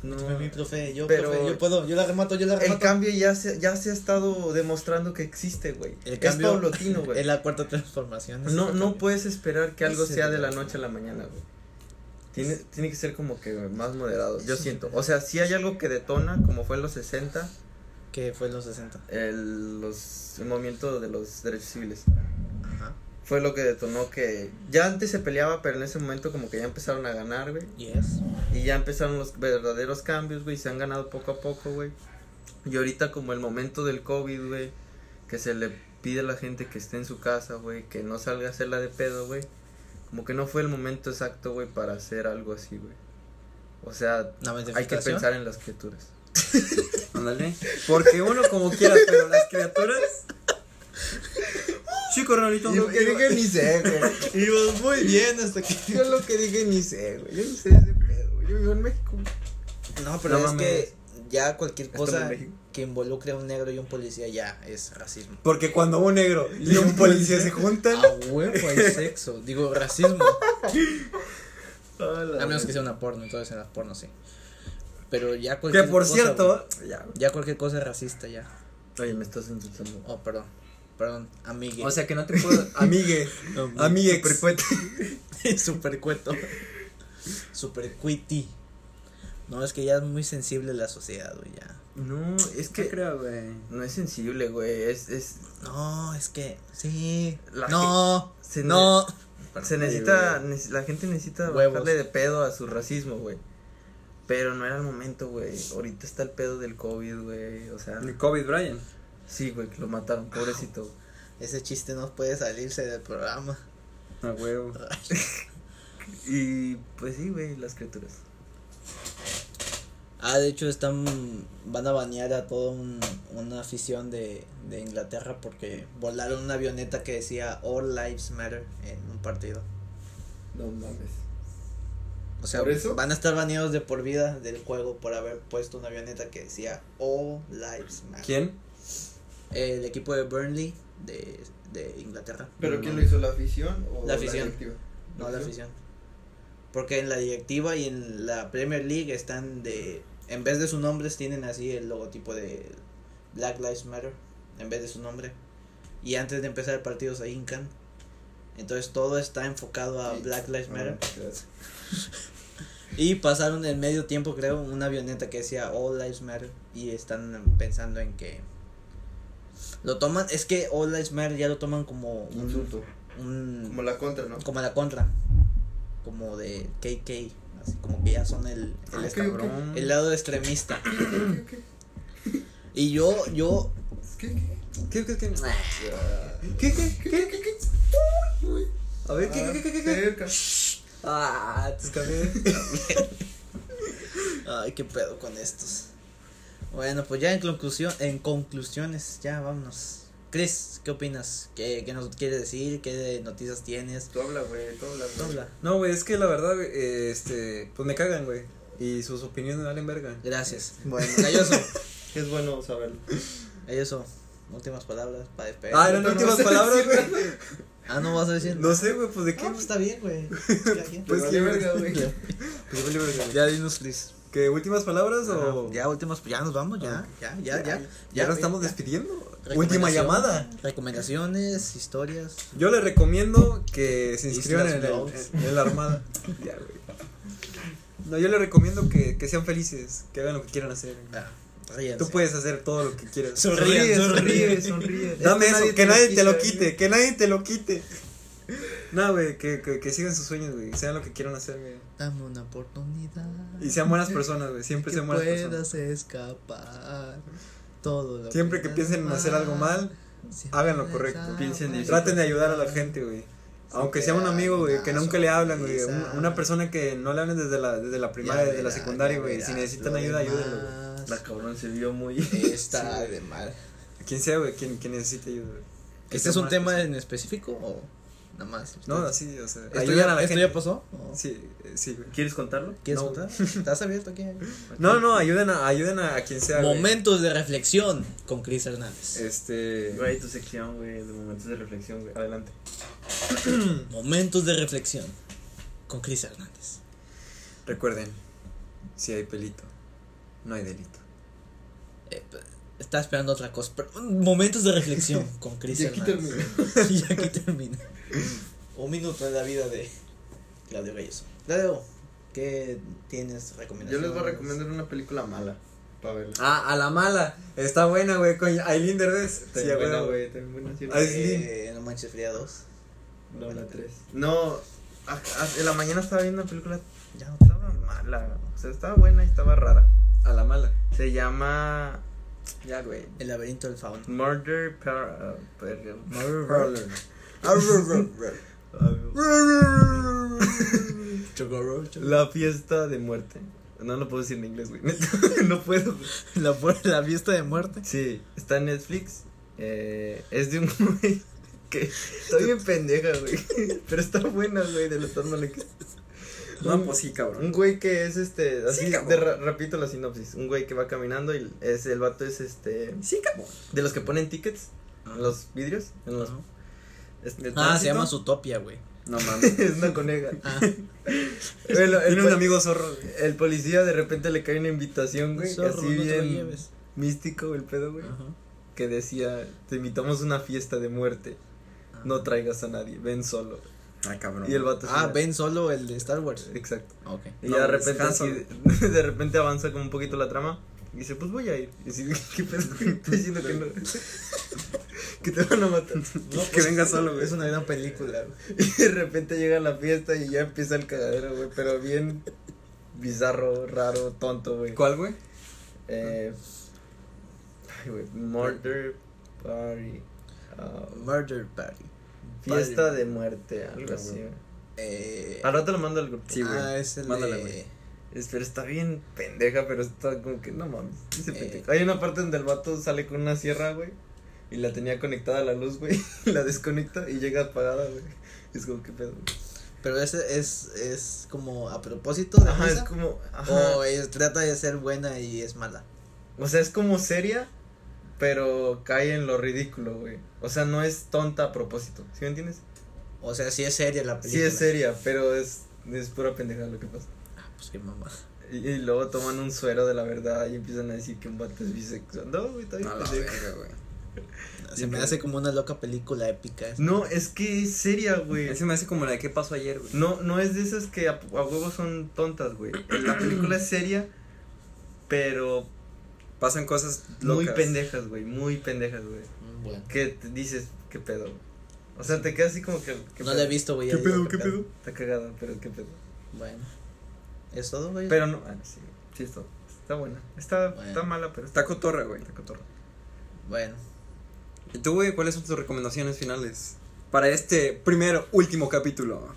C: no.
E: Mi profe, yo,
C: Pero-
E: profe, yo puedo, yo la remato, yo la
C: El
E: remato.
C: cambio ya se, ya se ha estado demostrando que existe, güey.
E: El
C: Es
E: cambio-
C: paulatino, güey.
E: es la cuarta transformación.
C: No, no puedes esperar que algo
E: Ese
C: sea de la
E: pedazo.
C: noche a la mañana, güey. Tiene, tiene que ser como que más moderado, yo siento. O sea, si hay algo que detona, como fue en los 60,
E: Que fue en los 60.
C: el, los, el movimiento de los derechos civiles.
E: Ajá.
C: Fue lo que detonó que ya antes se peleaba, pero en ese momento como que ya empezaron a ganar, güey.
E: Yes.
C: Y ya empezaron los verdaderos cambios, güey. Se han ganado poco a poco, güey. Y ahorita como el momento del COVID, güey. Que se le pide a la gente que esté en su casa, güey. Que no salga a hacerla de pedo, güey. Como que no fue el momento exacto, güey, para hacer algo así, güey. O sea,
E: ¿La
C: hay que
E: modificación?
C: pensar en las criaturas.
B: Ándale. Porque uno como quiera, pero las criaturas... Chico, Ronito.
Q: Yo lo que dije ni sé, güey.
E: Ibas muy bien hasta que.
Q: Yo lo que dije ni sé, güey. Yo no sé ese pedo. güey. Yo vivo en México.
E: No, pero
B: No
E: es
B: mames.
E: que ya cualquier
Q: Estamos
E: cosa
Q: en México.
E: que involucre a un negro y un policía ya es racismo.
B: Porque cuando un negro y un policía se juntan...
E: A huevo hay sexo, digo racismo. A menos que sea una porno, entonces en las pornos sí. Pero ya
B: Que
E: cualquier
B: por
E: cosa, güey,
B: cierto...
E: ya cualquier cosa es racista ya.
C: Oye, me estás insultando.
E: Oh, perdón. Perdón, amigue.
B: O sea que no te puedo... Amigue. Amigue.
E: super cueto. Super cuiti. No, es que ya es muy sensible la sociedad, güey, ya.
C: No, es que
B: creo, güey.
C: no es sensible, güey. Es, es,
E: No, es que sí.
C: La
E: no,
C: se
E: no.
C: Se necesita, nece- la gente necesita
E: Huevos.
C: bajarle de pedo a su racismo, güey. Pero no era el momento, güey. Ahorita está el pedo del COVID, güey. O sea,
B: El COVID, Brian.
C: sí, güey, que lo mataron, pobrecito.
E: Ese chiste no puede salirse del programa.
B: A huevo.
C: Y pues sí, güey, las criaturas.
E: Ah, de hecho están van a banear a toda un- una afición de, de Inglaterra porque volaron una avioneta que decía All Lives Matter en un partido.
Q: No mames.
E: O sea,
Q: ¿Por eso?
E: van a estar baneados de por vida del juego por haber puesto una avioneta que decía All Lives Matter.
B: ¿Quién?
E: El equipo de Burnley de, de Inglaterra.
Q: ¿Pero quién lo hizo? ¿La afición o
E: La afición.
Q: directiva?
E: No la afición. Porque en la directiva y en la Premier League están de. En vez de sus nombres, tienen así el logotipo de Black Lives Matter. En vez de su nombre. Y antes de empezar el partido se hincan. Entonces todo está enfocado a
Q: Sí.
E: Black Lives
Q: Ah,
E: Matter.
Q: gracias.
E: Y pasaron en medio tiempo, creo, una avioneta que decía All Lives Matter. Y están pensando en que. Lo toman. Es que All Lives Matter ya lo toman como un.
Q: Insulto.
E: un-
Q: Como la contra, ¿no?
E: como la contra, como de KK, así como que ya son el, el,
Q: Ah, ok,
E: estra-
Q: ok.
E: el lado extremista.
Q: Ok, ok.
E: Y yo, yo,
Q: Es que- que-
B: ¿Qué, qué, qué?
Q: ah,
B: ¿Qué, qué, qué, qué, qué? A ver, ¿qué,
Q: ah,
B: qué, qué, qué, qué?
Q: cerca.
E: Ah, tus camiones. Ay, qué pedo con estos. Bueno, pues ya en conclusión, en conclusiones, ya vámonos. Chris, ¿qué opinas? ¿Qué, qué nos quieres decir? ¿Qué noticias tienes?
Q: Tú habla, güey, tú habla.
E: Tú habla.
B: No, güey, es que la verdad, güey, eh, este, pues me cagan, güey. Y sus opiniones valen verga.
E: Ah, Gracias.
Q: Bueno.
E: Galloso,
Q: Es bueno saberlo.
E: Galloso, últimas palabras para despedir.
B: Ah, eran últimas palabras, güey.
E: Ah, no vas a decir.
B: No sé, güey, pues de qué.
E: Ah, pues está bien, güey.
B: Pues
E: Pues
B: qué
E: verga,
B: verga.
E: güey.
B: Pues vale verga.
E: Ya dinos, Chris.
B: ¿Qué últimas palabras o
E: Ya, últimas, ya nos vamos, ya, ya, ya, ya.
B: ya nos
E: güey,
B: estamos
E: ya.
B: despidiendo?
E: Recomendación-
B: Última llamada.
E: Recomendaciones, historias.
B: Yo les recomiendo que se inscriban
E: Islas
B: en, el-
E: Blogs.
B: en- en la armada. Ya, güey. No, yo les recomiendo que, que sean felices, que hagan lo que quieran hacer. güey.
E: Ah. Ríanse.
B: Tú puedes hacer todo lo que quieras.
E: Sonríe, sonríe,
Q: sonríe.
B: Dame
Q: Esto nadie
B: eso, que
Q: te lo
B: nadie te lo
Q: quita,
B: quite, que nadie te lo quite. No, güey, que, que, que sigan sus sueños, güey. Sean lo que quieran hacer, güey.
E: Dame una oportunidad.
B: Y pues, sean buenas personas, güey. Siempre
E: que
B: sean buenas
E: puedas
B: personas.
E: escapar. Todo lo
B: Siempre que piensen en hacer algo mal,
E: siempre
B: hagan lo correcto.
Q: Piensen en eso.
B: Traten de ayudar a la gente, güey. Aunque sea un amigo, güey, que nunca le hablan, güey. un- Una persona que no le hablen desde la, desde la primaria, desde la secundaria, güey. Si necesitan ayuda, ayúdenlo, güey.
C: La cabrón se vio muy.
E: Está de mal.
B: Quien sea, güey, quien, quien necesite ayuda, güey. Que
E: ¿Este
B: sea
E: es un
B: más
E: tema en específico o nada más?
B: No, así, o sea,
E: ¿Esto,
B: ayudan
E: ya,
B: a la
E: esto
B: gente.
E: ya pasó? ¿O
B: Sí, eh, sí, güey.
C: ¿Quieres contarlo?
E: ¿Quieres
B: No.
E: contar? ¿Estás abierto aquí?
B: No, no, ayuden a, ayuden a, a quien sea, güey.
E: Momentos de reflexión con Chris Hernández.
B: Este.
C: Güey, tu sección, güey, de momentos de reflexión, güey. Adelante.
E: Momentos de reflexión con Chris Hernández.
B: Recuerden, si hay pelito, no hay delito.
E: Eh, p- estaba esperando otra cosa. pero, mm, momentos de reflexión con Chris
Q: Y aquí
E: Hernández. y aquí termina. Un minuto en la vida de Claudio Galloso. Claudio, ¿qué tienes
Q: Yo
E: recomendación?
Q: les voy a recomendar una película mala. Para verla.
B: Ah, a la mala. Está buena, güey, con Aileen Derbez.
Q: Está
B: Sí,
Q: bien
B: a
Q: buena,
B: huevo. Ah,
Q: güey. Está bien buena. sí.
B: Ay,
E: Eh, no manches fría 2.
Q: No, la tres.
C: No, a- a- en la mañana estaba viendo una película.
E: Ya no
C: Estaba mala. O sea, estaba buena y estaba rara.
B: A la mala.
C: Se llama. Ya, güey.
E: El laberinto del fauno.
C: Murder Par- ah, per-
B: Roller.
E: Chogorro, chogorro.
C: La fiesta de muerte. No lo puedo decir en inglés, güey. neta, no puedo.
E: La, pu- la fiesta de muerte.
C: Sí, está en Netflix. eh, es de un güey que. Estoy bien pendeja, güey. Pero está buena, güey, de lo tan mala que
B: No, pues sí, cabrón.
C: Un güey que es este, así,
B: Sí, cabrón.
C: de ra- repito la sinopsis, un güey que va caminando y es, el vato es este,
B: Sí, cabrón.
C: de los que ponen tickets en los vidrios, en los, este, es- de
E: Ah, se
C: tránsito.
E: llama Zootopia, güey.
B: No mames.
C: es una coneja.
E: Ah,
C: Bueno, el,
B: Tiene un
C: pol-
B: amigo zorro. güey.
C: el policía de repente le cae una invitación, güey,
E: zorro,
C: así
E: no te lo
C: bien
E: lleves.
C: místico el pedo, güey,
E: Ajá.
C: que decía, te invitamos a una fiesta de muerte, no traigas a nadie, ven solo,
B: Ay, cabrón.
C: y el vato.
E: Ah,
C: se-
E: Ben Solo, el de Star Wars.
C: Exacto.
E: Ok.
C: Y
B: No,
C: ya de
B: güey,
C: repente,
B: descanso,
C: así, de, repente avanza como un poquito la trama. Y dice, pues voy a ir. Y dice, ¿qué pedo? güey? Estoy diciendo que no. que te van a matar.
B: que venga solo, güey.
E: Es una gran película, güey.
C: Y de repente llega la fiesta y ya empieza el cagadero, güey. Pero bien bizarro, raro, tonto, güey.
B: ¿Cuál, güey?
C: Eh, ay, güey. Murder Party. ah,
E: Murder Party.
C: fiesta de muerte, algo así, güey.
E: Eh,
C: Al rato lo mando al grupo.
E: ah, es el
B: Mándala,
E: de-
B: güey.
C: Es- Pero está bien pendeja, pero está como que no mames. ese
E: Eh.
C: pendejo. Hay una parte donde el vato sale con una sierra, güey. Y la tenía conectada a la luz, güey. y La desconecta y llega apagada, güey. Es como que pedo.
E: Pero ese es, es como a propósito de
C: Ajá, es
E: misa,
C: como. ajá.
E: O es- trata de ser buena y es mala.
C: O sea, es como seria, pero cae en lo ridículo, güey. O sea, no es tonta a propósito. ¿Sí me entiendes?
E: O sea, sí es seria la
C: Sí
E: película.
C: es seria, pero es, es pura pendejada lo que pasa.
E: Pues qué mamá.
C: Y, y luego toman un suero de la verdad y empiezan a decir que un vato es bisexual. No, güey, está bien
B: A la
C: pendeja.
B: verga, güey.
E: Se me hace como una loca película épica. esa.
C: No, es que es seria, güey.
B: Ese me hace como la de qué pasó ayer, güey.
C: No, no es de esas que a, a huevo son tontas, güey. La película es seria, pero
B: Pasan cosas locas.
C: muy pendejas, güey. Muy pendejas, güey.
E: Mm, Bueno.
C: Que te dices, qué pedo. güey? O sea, te quedas así como que. ¿qué
E: No
C: pedo?
E: la he visto, güey. ya digo,
C: Está cagada, pero qué pedo.
E: Bueno. ¿Es todo, güey?
C: Pero no, ah, sí, sí, está, está buena. Está,
E: Bueno.
C: está mala, pero está,
B: Está cotorra, güey.
C: está cotorra.
E: Bueno.
B: ¿Y tú, güey, cuáles son tus recomendaciones finales? Para este primero, último capítulo.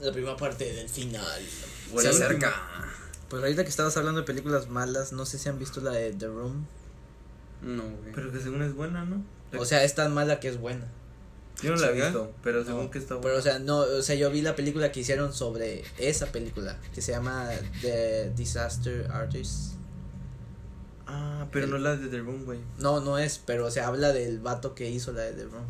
A: la primera parte del final.
E: Huele cerca. Pues ahorita que estabas hablando de películas malas, no sé si han visto la de The Room.
B: No, güey.
C: Pero que según es buena, ¿no?
E: O sea, es tan mala que es buena.
C: Yo no la he visto, pero según que está buena.
E: Pero o sea, no, o sea, yo vi la película que hicieron sobre esa película, que se llama The Disaster Artist.
C: Ah, pero no la de The Room, güey.
E: No, no es, pero o sea, habla del vato que hizo la de The Room.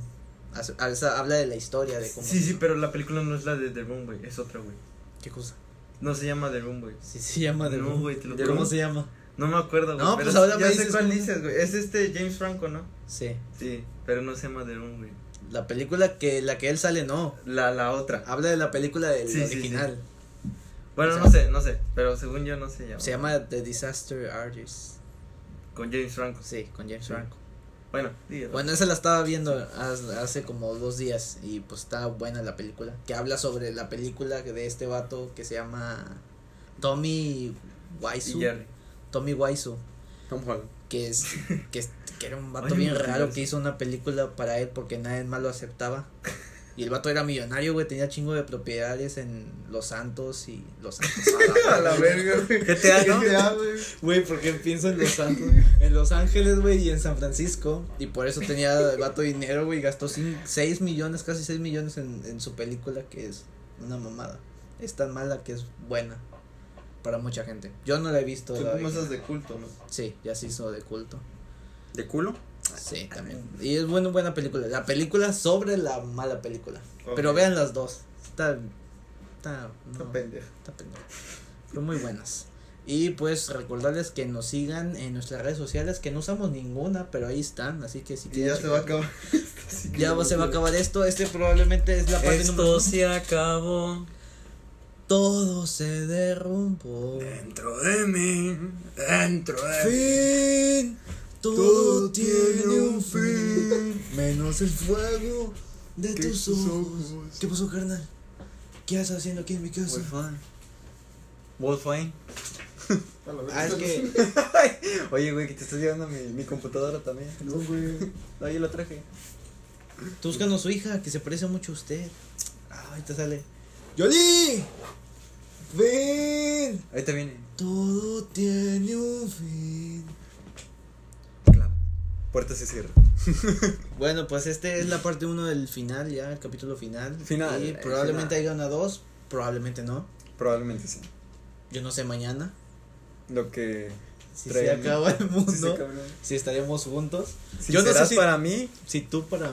E: Hace- o sea, habla de la historia de cómo
C: Sí, sí, pero la película no es la de The Room, güey, es otra, güey.
E: ¿Qué cosa?
C: No se llama The Room, güey.
E: Sí, se llama The
C: No,
E: Room.
C: güey, te lo
E: ¿Cómo
C: juro.
E: se llama?
C: No me acuerdo, güey.
E: No,
C: pero
E: pues ahora
C: ya
E: me
C: sé
E: dices
C: cuál
E: cómo.
C: dices, güey. Es este James Franco, ¿no?
E: Sí.
C: Sí, pero no se llama The Room, güey.
E: La película que la que él sale no,
C: La, la otra.
E: habla de la película del
C: Sí, sí,
E: original.
C: Ah, Bueno,
E: O sea,
C: no sé, no sé, pero según yo no se llama.
E: Se llama The Disaster Artist.
C: Con James Franco.
E: Sí, con James
C: Sí.
E: Franco.
C: Bueno, dígalo.
E: Bueno, esa la estaba viendo haz- hace como dos días y pues está buena la película. Que habla sobre la película que de este vato que se llama Tommy Wiseau.
C: Y Jerry.
E: Tommy Wiseau,
B: Tom Holland.
E: que es que, es- que era un vato
C: Ay,
E: bien
C: no
E: raro
C: digas.
E: que hizo una película para él porque nadie más lo aceptaba. Y el vato era millonario, güey, tenía chingo de propiedades en Los Santos y Los Santos.
C: A la verga, güey.
E: GTA, ¿no?
C: GTA, güey.
E: Güey, porque pienso en Los Santos, en Los Ángeles, güey, y en San Francisco. Y por eso tenía el vato dinero, güey, gastó 6 millones, casi 6 millones en, en su película, que es una mamada. Es tan mala que es buena para mucha gente. Yo no la he visto.
Q: Son
E: la
Q: como
E: original.
Q: esas de culto, ¿no?
E: Sí, ya se hizo de culto.
B: ¿De culo?
E: Sí, también. Y es buena, buena película. La película sobre la mala película. Pero
Q: Ok.
E: vean las dos. Está. Está.
Q: Está
E: no,
Q: pendeja.
E: está pendejo. Pero muy buenas. Y pues recordarles que nos sigan en nuestras redes sociales, que no usamos ninguna, pero ahí están. Así que si
Q: Y ya
E: quieren.
Q: se va a
E: checar-
Q: acabar. Así que
E: Ya va- se va a acabar esto. Este probablemente es la parte número.
A: Esto
E: uno.
A: se acabó
E: Todo se derrumbó.
A: dentro de mí, dentro de
E: Fin. Todo,
A: Todo
E: tiene
A: tiene
E: un fin. Menos el fuego de tus ojos. ¿Qué pasó, carnal? ¿Qué estás haciendo aquí en mi casa?
B: Wolfine. Wolfine.
Q: A la verga.
E: Ah, es que.
B: Oye, güey, que te estás llevando mi, mi computadora también.
Q: No, güey.
B: No, yo la traje.
E: Tú búscanos su hija, que se parece mucho a usted. Ah, ahí te sale. ¡Yoli! ¡Fin!
B: Ahí te viene.
E: Todo tiene un fin.
B: Clap. Puerta se cierra.
E: Bueno, pues este es la parte 1 del final, ya, el capítulo final.
B: Final,
E: Y
B: eh,
E: probablemente
B: final.
E: haya una 2, probablemente no.
B: Probablemente sí.
E: Yo no sé mañana.
B: Lo que.
E: Si se
B: traigan-
E: acaba el mundo.
B: Sí, sí, cabrón.
E: si estaríamos juntos.
B: Si
E: Yo no sé
B: serás
E: si-
B: para mí,
E: Si tú para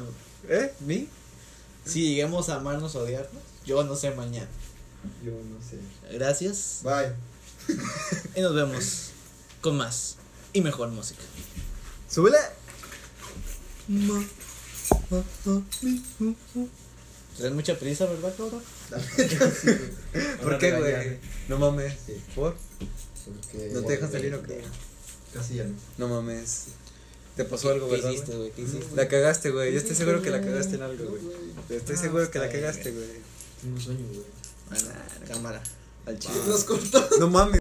B: ¿eh?
E: mí, si lleguemos a amarnos o odiarnos, yo no sé mañana.
B: Yo no sé.
E: Gracias
Q: Bye.
E: y nos vemos con más y mejor música.
B: ¡Súbele!
E: Tienes mucha prisa, ¿verdad, cabrón?
B: ¿Por qué, güey? No mames. ¿Por?
Q: Porque.
B: ¿No te dejan salir o qué?
Q: Casi ya no.
B: No mames. Te pasó algo,
E: ¿Qué
B: ¿verdad?
E: hiciste,
B: güey?
E: güey? ¿Qué hiciste?
B: La cagaste, güey. Yo estoy seguro que la cagaste en algo, güey. Estoy seguro que la cagaste, güey.
Q: Tengo sueño, güey.
E: Bueno, cámara.
B: Al chile. No mames.